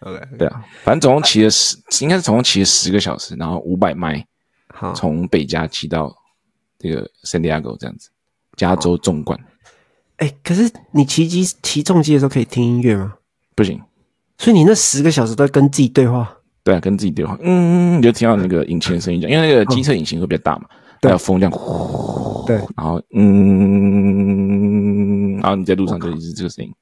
[SPEAKER 2] OK，
[SPEAKER 1] 对啊，反正总共骑了十，应该是总共骑了十个小时，然后五百迈
[SPEAKER 2] 好，
[SPEAKER 1] 从北加骑到这个圣地亚哥这样子，加州纵贯
[SPEAKER 2] 哎，可是你骑机骑重机的时候可以听音乐吗？
[SPEAKER 1] 不行。
[SPEAKER 2] 所以你那十个小时都在跟自己对话。
[SPEAKER 1] 对啊，跟自己对话，嗯，你就听到那个引擎的声音讲，因为那个机车引擎会比较大嘛，还有风这样呼，
[SPEAKER 2] 对
[SPEAKER 1] 然后嗯，然后你在路上就一直这个声音。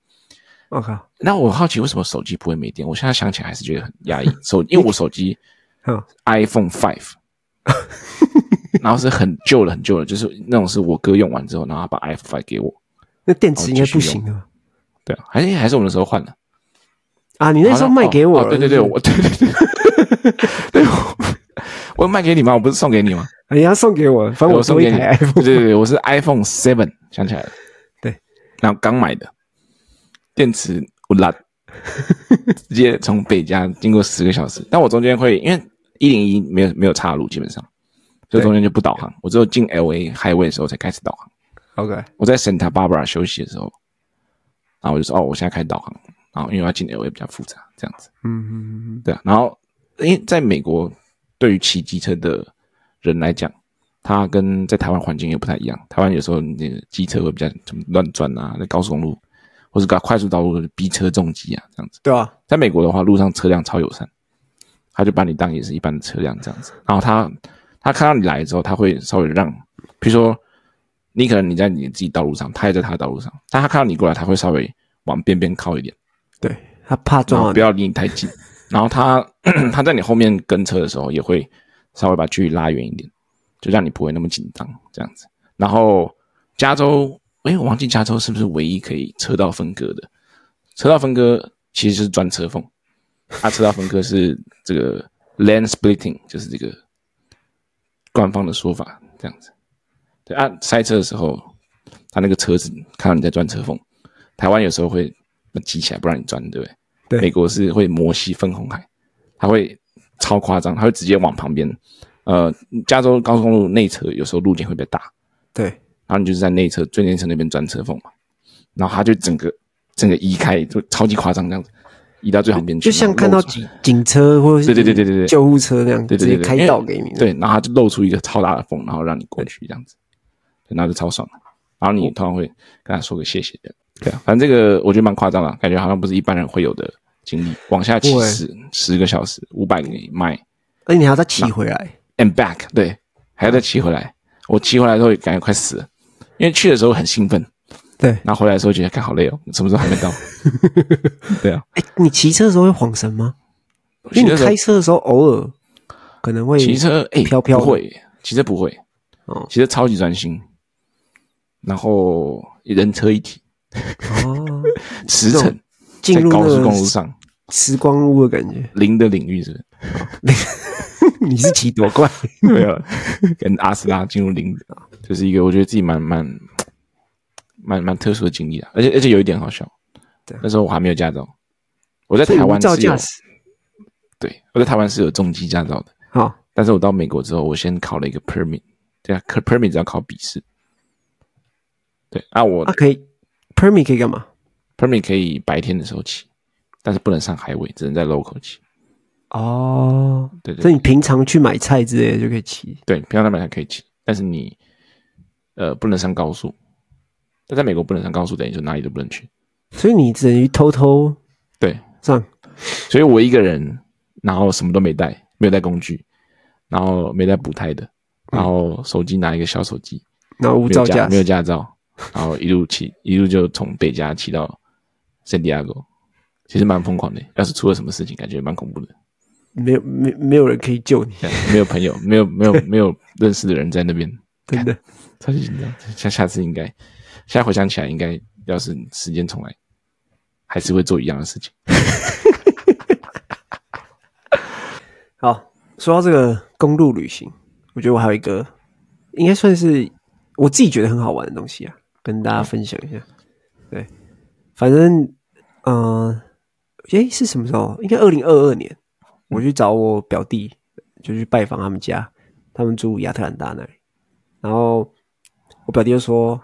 [SPEAKER 2] 我靠，
[SPEAKER 1] 那我好奇为什么手机不会没电？我现在想起来还是觉得很压抑。手，因为我手机
[SPEAKER 2] 嗯
[SPEAKER 1] iPhone Five，然后是很旧了，很旧了，就是那种是我哥用完之后，然后他把 iPhone Five 给我。
[SPEAKER 2] 那电
[SPEAKER 1] 哦
[SPEAKER 2] 池应该不行的吧？
[SPEAKER 1] 对啊，还是还是我们那时候换了。
[SPEAKER 2] 啊，你那时候卖给我
[SPEAKER 1] 哦
[SPEAKER 2] 了，
[SPEAKER 1] 对对对，
[SPEAKER 2] 是不
[SPEAKER 1] 我对对对，对我 我卖给你吗？我不是送给你吗？
[SPEAKER 2] 是，人家哎送给我，反正
[SPEAKER 1] 我
[SPEAKER 2] 我
[SPEAKER 1] 送
[SPEAKER 2] 多
[SPEAKER 1] 给
[SPEAKER 2] 一
[SPEAKER 1] 你。
[SPEAKER 2] 台 iPhone。
[SPEAKER 1] 对对对，我是 iPhone Seven，想起来了。
[SPEAKER 2] 对，
[SPEAKER 1] 然后刚买的，电池我 拉，直接从北加经过十个小时。但我中间会因为一零一没有没有岔路，基本上，所以
[SPEAKER 2] 对
[SPEAKER 1] 中间就不导航。我只有进 L A Highway 的时候才开始导航。
[SPEAKER 2] OK，
[SPEAKER 1] 我在 Santa Barbara 休息的时候，然后我就说哦，我现在开始导航，然后因为我要进 L A 比较复杂，这样子。
[SPEAKER 2] 嗯嗯嗯
[SPEAKER 1] 对啊，然后因为在美国，对于骑机车的人来讲，它跟在台湾环境也不太一样。台湾有时候你的机车会比较怎么乱转啊，在高速公路或是搞快速道路的逼车重机啊这样子。
[SPEAKER 2] 对啊，
[SPEAKER 1] 在美国的话，路上车辆超友善，他就把你当也是一般的车辆这样子。然后他他看到你来之后，他会稍微让，比如说你可能你在你自己道路上，他也在他的道路上，但他看到你过来，他会稍微往边边靠一点。
[SPEAKER 2] 对他怕
[SPEAKER 1] 然
[SPEAKER 2] 撞
[SPEAKER 1] 后不
[SPEAKER 2] 到啊你，
[SPEAKER 1] 要离你太近。然后他 他在你后面跟车的时候，也会稍微把距离拉远一点，就让你不会那么紧张这样子。然后加州，诶，我忘记加州是不是唯一可以车道分割的？车道分割其实就是钻车缝，它车道分割是这个 lane splitting，就是这个官方的说法这样子。对啊，塞车的时候，他那个车子看到你在钻车缝，台湾有时候会挤起来不让你钻，对不对？
[SPEAKER 2] 对
[SPEAKER 1] 美国是会摩西分红海，它会超夸张，它会直接往旁边。呃，加州高速公路内侧有时候路径会比较大，
[SPEAKER 2] 对，
[SPEAKER 1] 然后你就是在内侧最内侧那边钻车缝嘛，然后它就整个整个移开，就超级夸张这样子，移到最旁边去，
[SPEAKER 2] 就像看到
[SPEAKER 1] 然后露出
[SPEAKER 2] 警警车或者是
[SPEAKER 1] 对对对对对对
[SPEAKER 2] 救护车那样，
[SPEAKER 1] 对对对
[SPEAKER 2] 直接
[SPEAKER 1] 对
[SPEAKER 2] 开道给你。
[SPEAKER 1] 对，然后它就露出一个超大的缝，然后让你过去这样子，对那就超爽的。然
[SPEAKER 2] 嗯
[SPEAKER 1] 后你通常会跟他说个谢谢的，对啊，反正这个我觉得蛮夸张的，感觉好像不是一般人会有的经历。往下骑
[SPEAKER 2] 对
[SPEAKER 1] 十十个小时，五百里迈
[SPEAKER 2] 而且哎你还要再骑回来，
[SPEAKER 1] and back，对，还要再骑回来。我骑回来之后感觉快死了，因为去的时候很兴奋，
[SPEAKER 2] 对，哎、
[SPEAKER 1] 然后回来的时候觉得看好累哦，什么时候还 没到？对啊，
[SPEAKER 2] 你骑车的时候会晃神吗？哎因
[SPEAKER 1] 骑
[SPEAKER 2] 为
[SPEAKER 1] 的
[SPEAKER 2] 你
[SPEAKER 1] 时候
[SPEAKER 2] 开车的时候偶尔可能会
[SPEAKER 1] 骑车哎，
[SPEAKER 2] 飘飘的
[SPEAKER 1] 不会，骑车不会，
[SPEAKER 2] 哦
[SPEAKER 1] 骑车超级专心，然后人车一体，
[SPEAKER 2] 哦，
[SPEAKER 1] 驰
[SPEAKER 2] 这种
[SPEAKER 1] 骋
[SPEAKER 2] 进入
[SPEAKER 1] 在
[SPEAKER 2] 那
[SPEAKER 1] 高速公路
[SPEAKER 2] 个
[SPEAKER 1] 上
[SPEAKER 2] 时光屋的感觉。
[SPEAKER 1] 零的领域是不是？
[SPEAKER 2] 你是骑多 快？
[SPEAKER 1] 没
[SPEAKER 2] 啊
[SPEAKER 1] 有， 跟阿斯拉进入零，就是一个我觉得自己蛮蛮蛮蛮特殊的经历啊，而且而且有一点好笑
[SPEAKER 2] 对啊，
[SPEAKER 1] 那时候我还没有驾照，我在
[SPEAKER 2] 所以
[SPEAKER 1] 台湾
[SPEAKER 2] 无照
[SPEAKER 1] 是有
[SPEAKER 2] 驾驶。
[SPEAKER 1] 对我在台湾是有重机驾照的，
[SPEAKER 2] 好，啊
[SPEAKER 1] 但是我到美国之后，我先考了一个 permit，对啊可，permit 只要考笔试，对啊，我
[SPEAKER 2] 那、可以 permit 可以干嘛？
[SPEAKER 1] permit 可以白天的时候骑，但是不能上海尾，只能在 local 骑。
[SPEAKER 2] 哦，
[SPEAKER 1] 对对
[SPEAKER 2] 所以你平常去买菜之类的就可以骑。
[SPEAKER 1] 对，平常在美还可以骑，但是你呃不能上高速。但在美国不能上高速，等于就哪里都不能去。
[SPEAKER 2] 所以你等于偷偷
[SPEAKER 1] 对，
[SPEAKER 2] 上，
[SPEAKER 1] 所以我一个人，然后什么都没带，没有带工具，然后没带补胎的，然后手机拿一个小手机，
[SPEAKER 2] 然嗯后无
[SPEAKER 1] 没有
[SPEAKER 2] 照
[SPEAKER 1] 驾
[SPEAKER 2] 驾
[SPEAKER 1] 没有
[SPEAKER 2] 驶。
[SPEAKER 1] 驾照，然后一路骑，一路就从北加骑到圣地亚哥，其实蛮疯狂的。要是出了什么事情，感觉蛮恐怖的。
[SPEAKER 2] 没有没没有人可以救你，
[SPEAKER 1] 对没有朋友， 没有没有没有认识的人在那边，
[SPEAKER 2] 真的。
[SPEAKER 1] 超级紧张。下下次应该，现在回想起来，应该要是时间重来，还是会做一样的事情。
[SPEAKER 2] 好，说到这个公路旅行，我觉得我还有一个，应该算是我自己觉得很好玩的东西啊，跟大家分享一下。对，反正，呃，诶，是什么时候？应该二零二二年，我去找我表弟，就去拜访他们家，他们住亚特兰大那里。然后我表弟就说，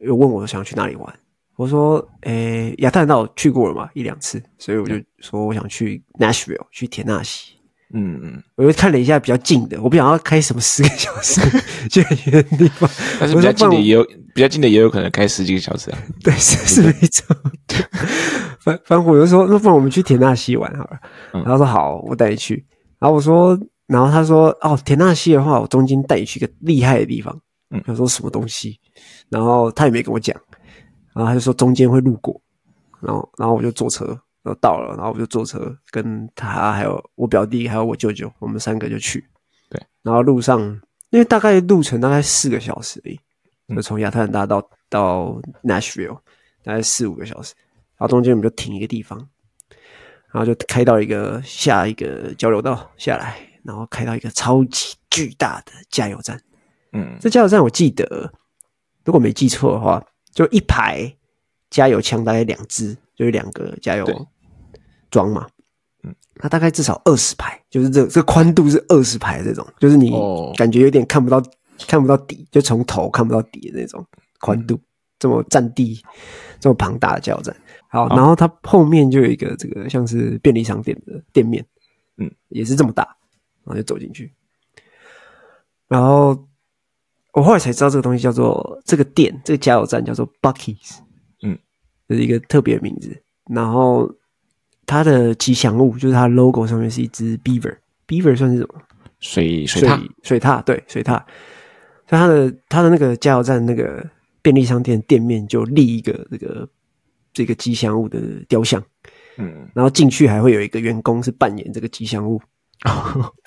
[SPEAKER 2] 又问我想去哪里玩。我说，诶，亚特兰大我去过了嘛，一两次，所以我就说我想去 Nashville，去田纳西。
[SPEAKER 1] 嗯嗯，
[SPEAKER 2] 我又看了一下比较近的，我不想要开什么十个小时 去很远的地方。
[SPEAKER 1] 但是
[SPEAKER 2] 我
[SPEAKER 1] 比较
[SPEAKER 2] 说
[SPEAKER 1] 近
[SPEAKER 2] 不
[SPEAKER 1] 的
[SPEAKER 2] 然
[SPEAKER 1] 也有，比较近的也有可能开十几个小时啊。
[SPEAKER 2] 我对，是是没错。 反反正我就说，那不然我们去田纳西玩好了。
[SPEAKER 1] 嗯
[SPEAKER 2] 然后说好，我带你去。然后我说，然后他说，哦，田纳西的话，我中间带你去一个厉害的地方。
[SPEAKER 1] 嗯
[SPEAKER 2] 他说什么东西？然后他也没跟我讲，然后他就说中间会路过，然后然后我就坐车，然后到了，然后我就坐车跟他还有我表弟还有我舅舅，我们三个就去。
[SPEAKER 1] 对，
[SPEAKER 2] 然后路上因为大概路程大概四个小时而已，
[SPEAKER 1] 嗯
[SPEAKER 2] 就从亚特兰大到到 Nashville 大概四五个小时，然后中间我们就停一个地方，然后就开到一个下一个交流道下来，然后开到一个超级巨大的加油站。
[SPEAKER 1] 嗯，
[SPEAKER 2] 这加油站我记得，如果没记错的话，就一排加油枪大概两支，就是两个加油
[SPEAKER 1] 对
[SPEAKER 2] 装嘛。
[SPEAKER 1] 嗯，
[SPEAKER 2] 它大概至少二十排，就是这这宽度是二十排这种，就是你
[SPEAKER 1] 哦
[SPEAKER 2] 感觉有点看不到看不到底，就从头看不到底的那种宽
[SPEAKER 1] 嗯
[SPEAKER 2] 度，这么占地这么庞大的加油站。好，然后它后面就有一个这个像是便利商店的店面，
[SPEAKER 1] 嗯，
[SPEAKER 2] 也是这么大，然后就走进去，然后我后来才知道这个东西叫做这个店，这个加油站叫做 Bucky's，
[SPEAKER 1] 嗯，
[SPEAKER 2] 这是一个特别的名字。然后它的吉祥物就是它的 logo 上面是一只 beaver，beaver 算是什么？
[SPEAKER 1] 水水
[SPEAKER 2] 水
[SPEAKER 1] 塔，
[SPEAKER 2] 水獭，对，水獭。所以它的它的那个加油站那个便利商店店面就立一个这个这个吉祥物的雕像，
[SPEAKER 1] 嗯，
[SPEAKER 2] 然后进去还会有一个员工是扮演这个吉祥物，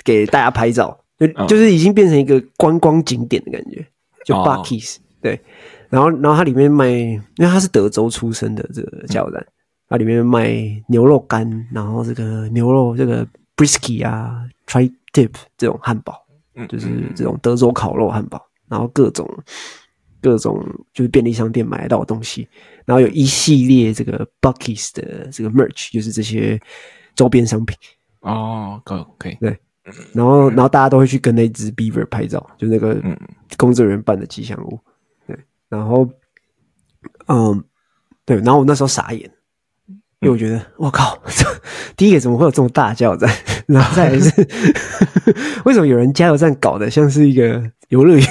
[SPEAKER 2] 给大家拍 照，就
[SPEAKER 1] 哦嗯
[SPEAKER 2] 就是已经变成一个观光景点的感觉，就
[SPEAKER 1] 哦
[SPEAKER 2] Bucky's、对，然后然后它里面卖，因为它是德州出生的这
[SPEAKER 1] 嗯
[SPEAKER 2] 个加油站，它里面卖牛肉干，然后这个牛肉这个 brisky 啊，tri tip 这种汉堡，
[SPEAKER 1] 嗯
[SPEAKER 2] 就是这种德州烤肉汉堡，然后各种各种就是便利商店买得到的东西，然后有一系列这个 Bucky's 的这个 merch，就是这些周边商品。
[SPEAKER 1] 哦，可可以，
[SPEAKER 2] 然后，然后大家都会去跟那只 Beaver 拍照，就那个
[SPEAKER 1] 嗯
[SPEAKER 2] 工作人员办的吉祥物。对，然后，嗯，对，然后我那时候傻眼，因为我觉得我靠， 第一个怎么会有这种大加油站？然后再来是 为什么有人加油站搞得像是一个游乐园？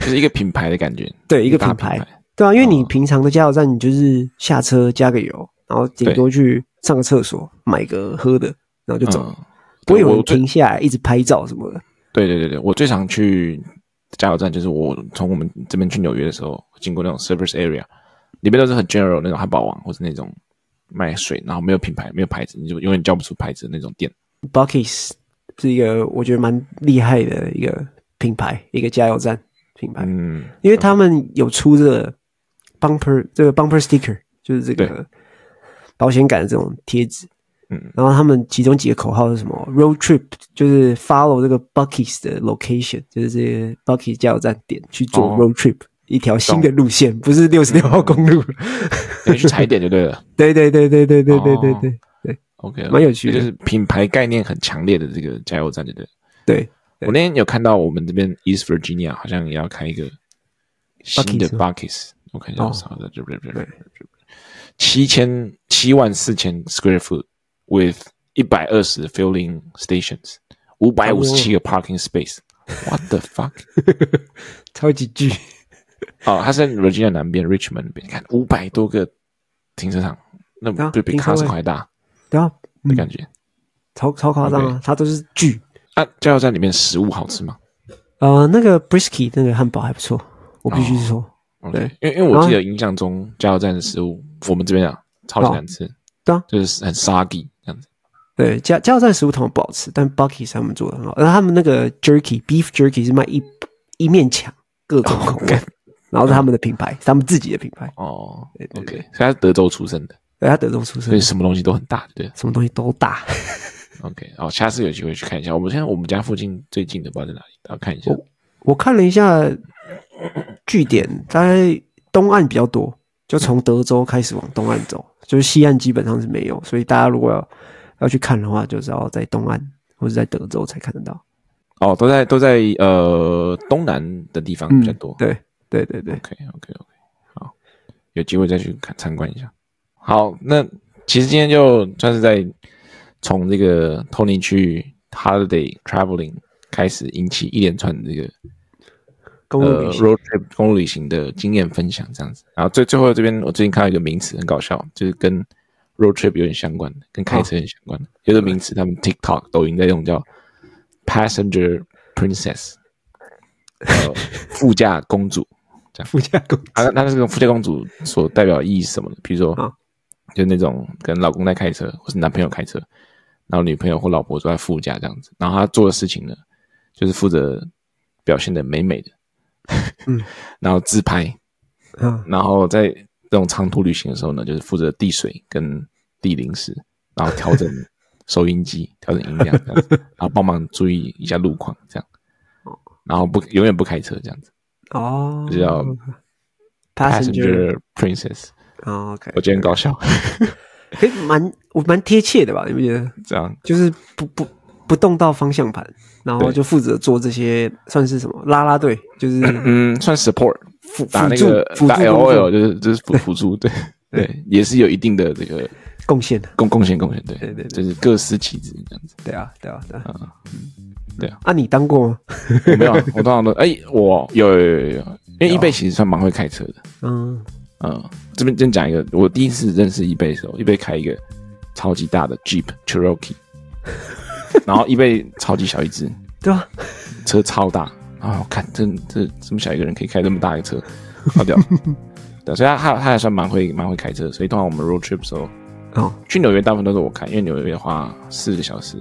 [SPEAKER 1] 就是一个品牌的感觉，
[SPEAKER 2] 对，一个
[SPEAKER 1] 大
[SPEAKER 2] 品
[SPEAKER 1] 品哦
[SPEAKER 2] 牌。对啊，因为你平常的加油站，你就是下车加个油，然后顶多去上个厕所买个喝的，然后就走，
[SPEAKER 1] 嗯，
[SPEAKER 2] 不会有
[SPEAKER 1] 我
[SPEAKER 2] 人
[SPEAKER 1] 最
[SPEAKER 2] 停下来一直拍照什么的。
[SPEAKER 1] 对对对对，我最常去加油站，就是我从我们这边去纽约的时候，经过那种 service area，里面都是很 general 那种汉堡王或者那种卖水，然后没有品牌、没有牌子，你就永远叫不出牌子的那种店。
[SPEAKER 2] Bucky's 是一个我觉得蛮厉害的一个品牌，一个加油站品牌，
[SPEAKER 1] 嗯，
[SPEAKER 2] 因为他们有出这个 bumper 这个 bumper sticker，就是这
[SPEAKER 1] 对
[SPEAKER 2] 个保险杆的这种贴纸。
[SPEAKER 1] 嗯，
[SPEAKER 2] 然后他们其中几个口号是什么？Road trip 就是 follow 这个 Bucky's 的 location，就是这些 Bucky's 加油站点去做
[SPEAKER 1] 哦
[SPEAKER 2] road trip，、一条新的路线，不是六十六号公 路。
[SPEAKER 1] 你去踩点就对了。
[SPEAKER 2] 对对对对对对对对对、
[SPEAKER 1] 哦 OK，
[SPEAKER 2] 蛮有趣的
[SPEAKER 1] 就是品牌概念很强烈的这个加油站，就对了。
[SPEAKER 2] 对
[SPEAKER 1] 我那天有看到我们这边 East Virginia 好像也要开一个新的
[SPEAKER 2] Buc-ee's
[SPEAKER 1] Buckets，我看一下，
[SPEAKER 2] 哦
[SPEAKER 1] 我操的，这不这不这不七千七万四千 square foot with 一百二十 filling stations，五百五十七个 parking space。What the fuck？
[SPEAKER 2] 超级巨，
[SPEAKER 1] 哦，它是在 Virginia 南边 Richmond 那边，看五百多个停车场，那
[SPEAKER 2] 啊
[SPEAKER 1] 就比
[SPEAKER 2] 停车位
[SPEAKER 1] Costco 还大
[SPEAKER 2] 然后、
[SPEAKER 1] 的
[SPEAKER 2] 嗯、
[SPEAKER 1] 感觉。
[SPEAKER 2] 超超夸张啊，它都是巨。
[SPEAKER 1] 啊，加油站里面食物好吃吗？
[SPEAKER 2] 呃，那个 Brisky 那个汉堡还不错，我必须说，
[SPEAKER 1] 对
[SPEAKER 2] 对，
[SPEAKER 1] 因为因为我记得印象中加油站的食物，我们这边啊超级难吃，
[SPEAKER 2] 对啊
[SPEAKER 1] 就是很 soggy 这样子。
[SPEAKER 2] 对加加油站食物通常不好吃，但 Bucky 是他们做的很好，然后他们那个 Jerky Beef Jerky 是卖一一面墙各种口味，然后是他们的品牌，是他们自己的品牌，
[SPEAKER 1] 哦
[SPEAKER 2] 对
[SPEAKER 1] ，OK，所以他是德州出生的，
[SPEAKER 2] 对，他德州出
[SPEAKER 1] 所
[SPEAKER 2] 生
[SPEAKER 1] 以，什么东西都很大，对不
[SPEAKER 2] 什么东西都大。
[SPEAKER 1] 对？OK，哦，下次有机会去看一下。我们现在我们家附近最近的不知道在哪里，然后看一
[SPEAKER 2] 哦
[SPEAKER 1] 下。
[SPEAKER 2] 我看了一下据点，大概东岸比较多，就从德州开始往东岸走，就是西岸基本上是没有，所以大家如果要要去看的话，就是要在东岸或者在德州才看得到。
[SPEAKER 1] 哦，都在都在呃东南的地方比
[SPEAKER 2] 嗯
[SPEAKER 1] 较多。
[SPEAKER 2] 对对对对，
[SPEAKER 1] OK OK OK，好，有机会再去看参观一下。好，那其实今天就算是在从这个 Tony 去 holiday traveling 开始，引起一连串的这个
[SPEAKER 2] 公路
[SPEAKER 1] 呃
[SPEAKER 2] 旅行、
[SPEAKER 1] road trip 公路旅行的经验分享这样子。然后最最后这边，我最近看到一个名词很搞笑，就是跟 road trip 有点相关的，跟开车有点相关的。有的名词他们 TikTok、抖音在用叫 passenger princess，呃， 副驾公主。
[SPEAKER 2] 副驾公
[SPEAKER 1] 啊，那那这个富家公主所代表意义是什么呢？比如说，
[SPEAKER 2] 啊
[SPEAKER 1] 就那种跟老公在开车，或是男朋友开车，然后女朋友或老婆坐在副驾这样子，然后她做的事情呢，就是负责表现的美美的，
[SPEAKER 2] 嗯，
[SPEAKER 1] 然后自拍，
[SPEAKER 2] 啊，
[SPEAKER 1] 然后在这种长途旅行的时候呢，就是负责递水跟递零食，然后调 整收音机、调整音量这样子，然后帮忙注意一下路况这样，然后不永远不开车这样子，
[SPEAKER 2] 哦，
[SPEAKER 1] 就叫
[SPEAKER 2] passenger，
[SPEAKER 1] passenger princess。
[SPEAKER 2] 啊，OK，
[SPEAKER 1] 我觉得很搞笑，
[SPEAKER 2] 可以蛮我蛮贴切的吧？你不觉得？
[SPEAKER 1] 这样
[SPEAKER 2] 就是不不不动到方向盘，然后
[SPEAKER 1] 对
[SPEAKER 2] 就负责做这些算是什么拉拉队，就是
[SPEAKER 1] 嗯算 support
[SPEAKER 2] 辅
[SPEAKER 1] 打
[SPEAKER 2] 辅
[SPEAKER 1] 那
[SPEAKER 2] 助
[SPEAKER 1] 个
[SPEAKER 2] 辅助
[SPEAKER 1] 打
[SPEAKER 2] 工
[SPEAKER 1] L O
[SPEAKER 2] 作
[SPEAKER 1] L 就是就是辅辅助，对对，也是有一定的这个
[SPEAKER 2] 贡献的。
[SPEAKER 1] 贡贡献贡献，对
[SPEAKER 2] 对对对
[SPEAKER 1] 就是各司其职这样子。
[SPEAKER 2] 对啊，对啊，对啊。
[SPEAKER 1] 对啊，
[SPEAKER 2] 啊，你当过吗？
[SPEAKER 1] 我没有啊，我通常都哎，我有有有有有，因
[SPEAKER 2] 啊
[SPEAKER 1] 为一贝其实算蛮会开车的，
[SPEAKER 2] 嗯，
[SPEAKER 1] 嗯，这边先讲一个，我第一次认识一 E 贝的时候，一贝开一个超级大的 Jeep Cherokee，然后一贝超级小一只，
[SPEAKER 2] 对啊，
[SPEAKER 1] 车超大啊！我看这这这么小一个人可以开这么大一个车，好屌！ 对，所以他他他还算蛮会蛮会开车，所以通常我们 road trip 的时候
[SPEAKER 2] 哦，
[SPEAKER 1] 去纽约，大部分都是我开，因为纽约的话四个小时，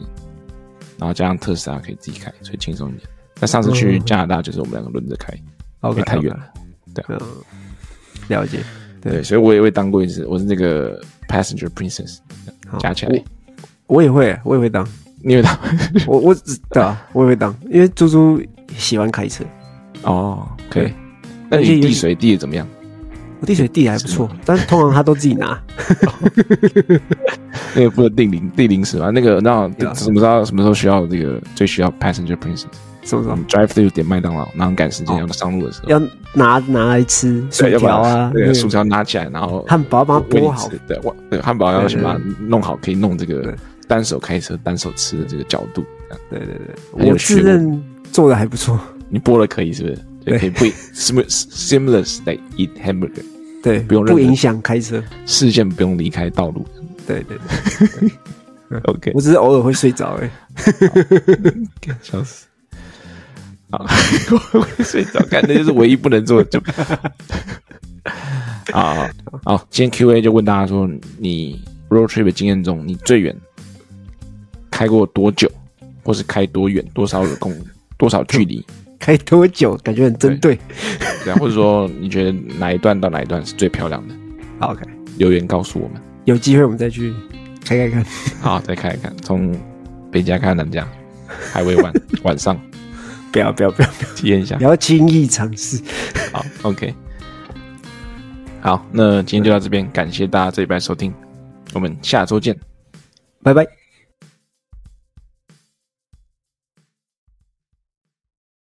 [SPEAKER 1] 然后加上特斯拉可以自己开，所以轻松一点。那上次去加拿大就是我们两个轮着开，
[SPEAKER 2] o
[SPEAKER 1] 因为
[SPEAKER 2] k
[SPEAKER 1] 太远了。啊
[SPEAKER 2] 嗯，了解。
[SPEAKER 1] 对，所以我也会当过一次，我是那个 passenger princess，
[SPEAKER 2] 好
[SPEAKER 1] 加起来，
[SPEAKER 2] 我也会，我也会当，
[SPEAKER 1] 因为他
[SPEAKER 2] 我我只对啊，我也会当，因为猪猪喜欢开车，
[SPEAKER 1] 哦，可以
[SPEAKER 2] 对。
[SPEAKER 1] 那
[SPEAKER 2] 而且
[SPEAKER 1] 你
[SPEAKER 2] 有
[SPEAKER 1] 递水递的怎么样？
[SPEAKER 2] 我滴水递得还不错，但是通常他都自己拿。
[SPEAKER 1] 那个不能定零定零食吗？那个那
[SPEAKER 2] 对啊
[SPEAKER 1] 什么时候什么时候需要这个最需要 passenger princess？
[SPEAKER 2] 什么什
[SPEAKER 1] 我
[SPEAKER 2] 么
[SPEAKER 1] 们 drive through 点麦当劳，然后赶时间要上路的时候，
[SPEAKER 2] 嗯哦要拿拿来吃薯
[SPEAKER 1] 对，要
[SPEAKER 2] 条
[SPEAKER 1] 把
[SPEAKER 2] 啊，
[SPEAKER 1] 那个
[SPEAKER 2] 那个
[SPEAKER 1] 薯条拿起来，然后
[SPEAKER 2] 汉堡把它
[SPEAKER 1] 喂你
[SPEAKER 2] 剥好嗯
[SPEAKER 1] 吃，对，我对汉堡要先把它弄好，可以弄这个
[SPEAKER 2] 对
[SPEAKER 1] 单手开车、单手吃的这个角度。这样
[SPEAKER 2] 对对
[SPEAKER 1] 很
[SPEAKER 2] 对，
[SPEAKER 1] 有
[SPEAKER 2] 我自
[SPEAKER 1] 学问
[SPEAKER 2] 认做的还不错。
[SPEAKER 1] 你剥了可以是不是？对，可以不 sim- seamlessly eat hamburger，
[SPEAKER 2] 对，
[SPEAKER 1] 不用认
[SPEAKER 2] 不
[SPEAKER 1] 真
[SPEAKER 2] 影响开车。
[SPEAKER 1] 视线不用离开道路。
[SPEAKER 2] 对对对，嗯
[SPEAKER 1] OK，
[SPEAKER 2] 我只是偶尔会睡着而已。
[SPEAKER 1] 笑死。好， 我会睡着，看那就是唯一不能做 的。就啊，好，今天 Q&A 就问大家说，你 road trip 的经验中，你最远开过多久，或是开多远，多少个 公，多少距离？
[SPEAKER 2] 开多久感觉很针对。
[SPEAKER 1] 对、啊，或者说你觉得哪一段到哪一段是最漂亮的？
[SPEAKER 2] 好，OK，
[SPEAKER 1] 留言告诉我 们。
[SPEAKER 2] 有机会我们再去开开看。
[SPEAKER 1] 好，再看一看，从北加看南加，海威湾晚上
[SPEAKER 2] 不要不要不要不 要，
[SPEAKER 1] 体验一下
[SPEAKER 2] 不。要轻易尝试。
[SPEAKER 1] 好，OK，好，那今天就到这边，感谢大家这一拜收听，我们下周见。
[SPEAKER 2] 拜拜。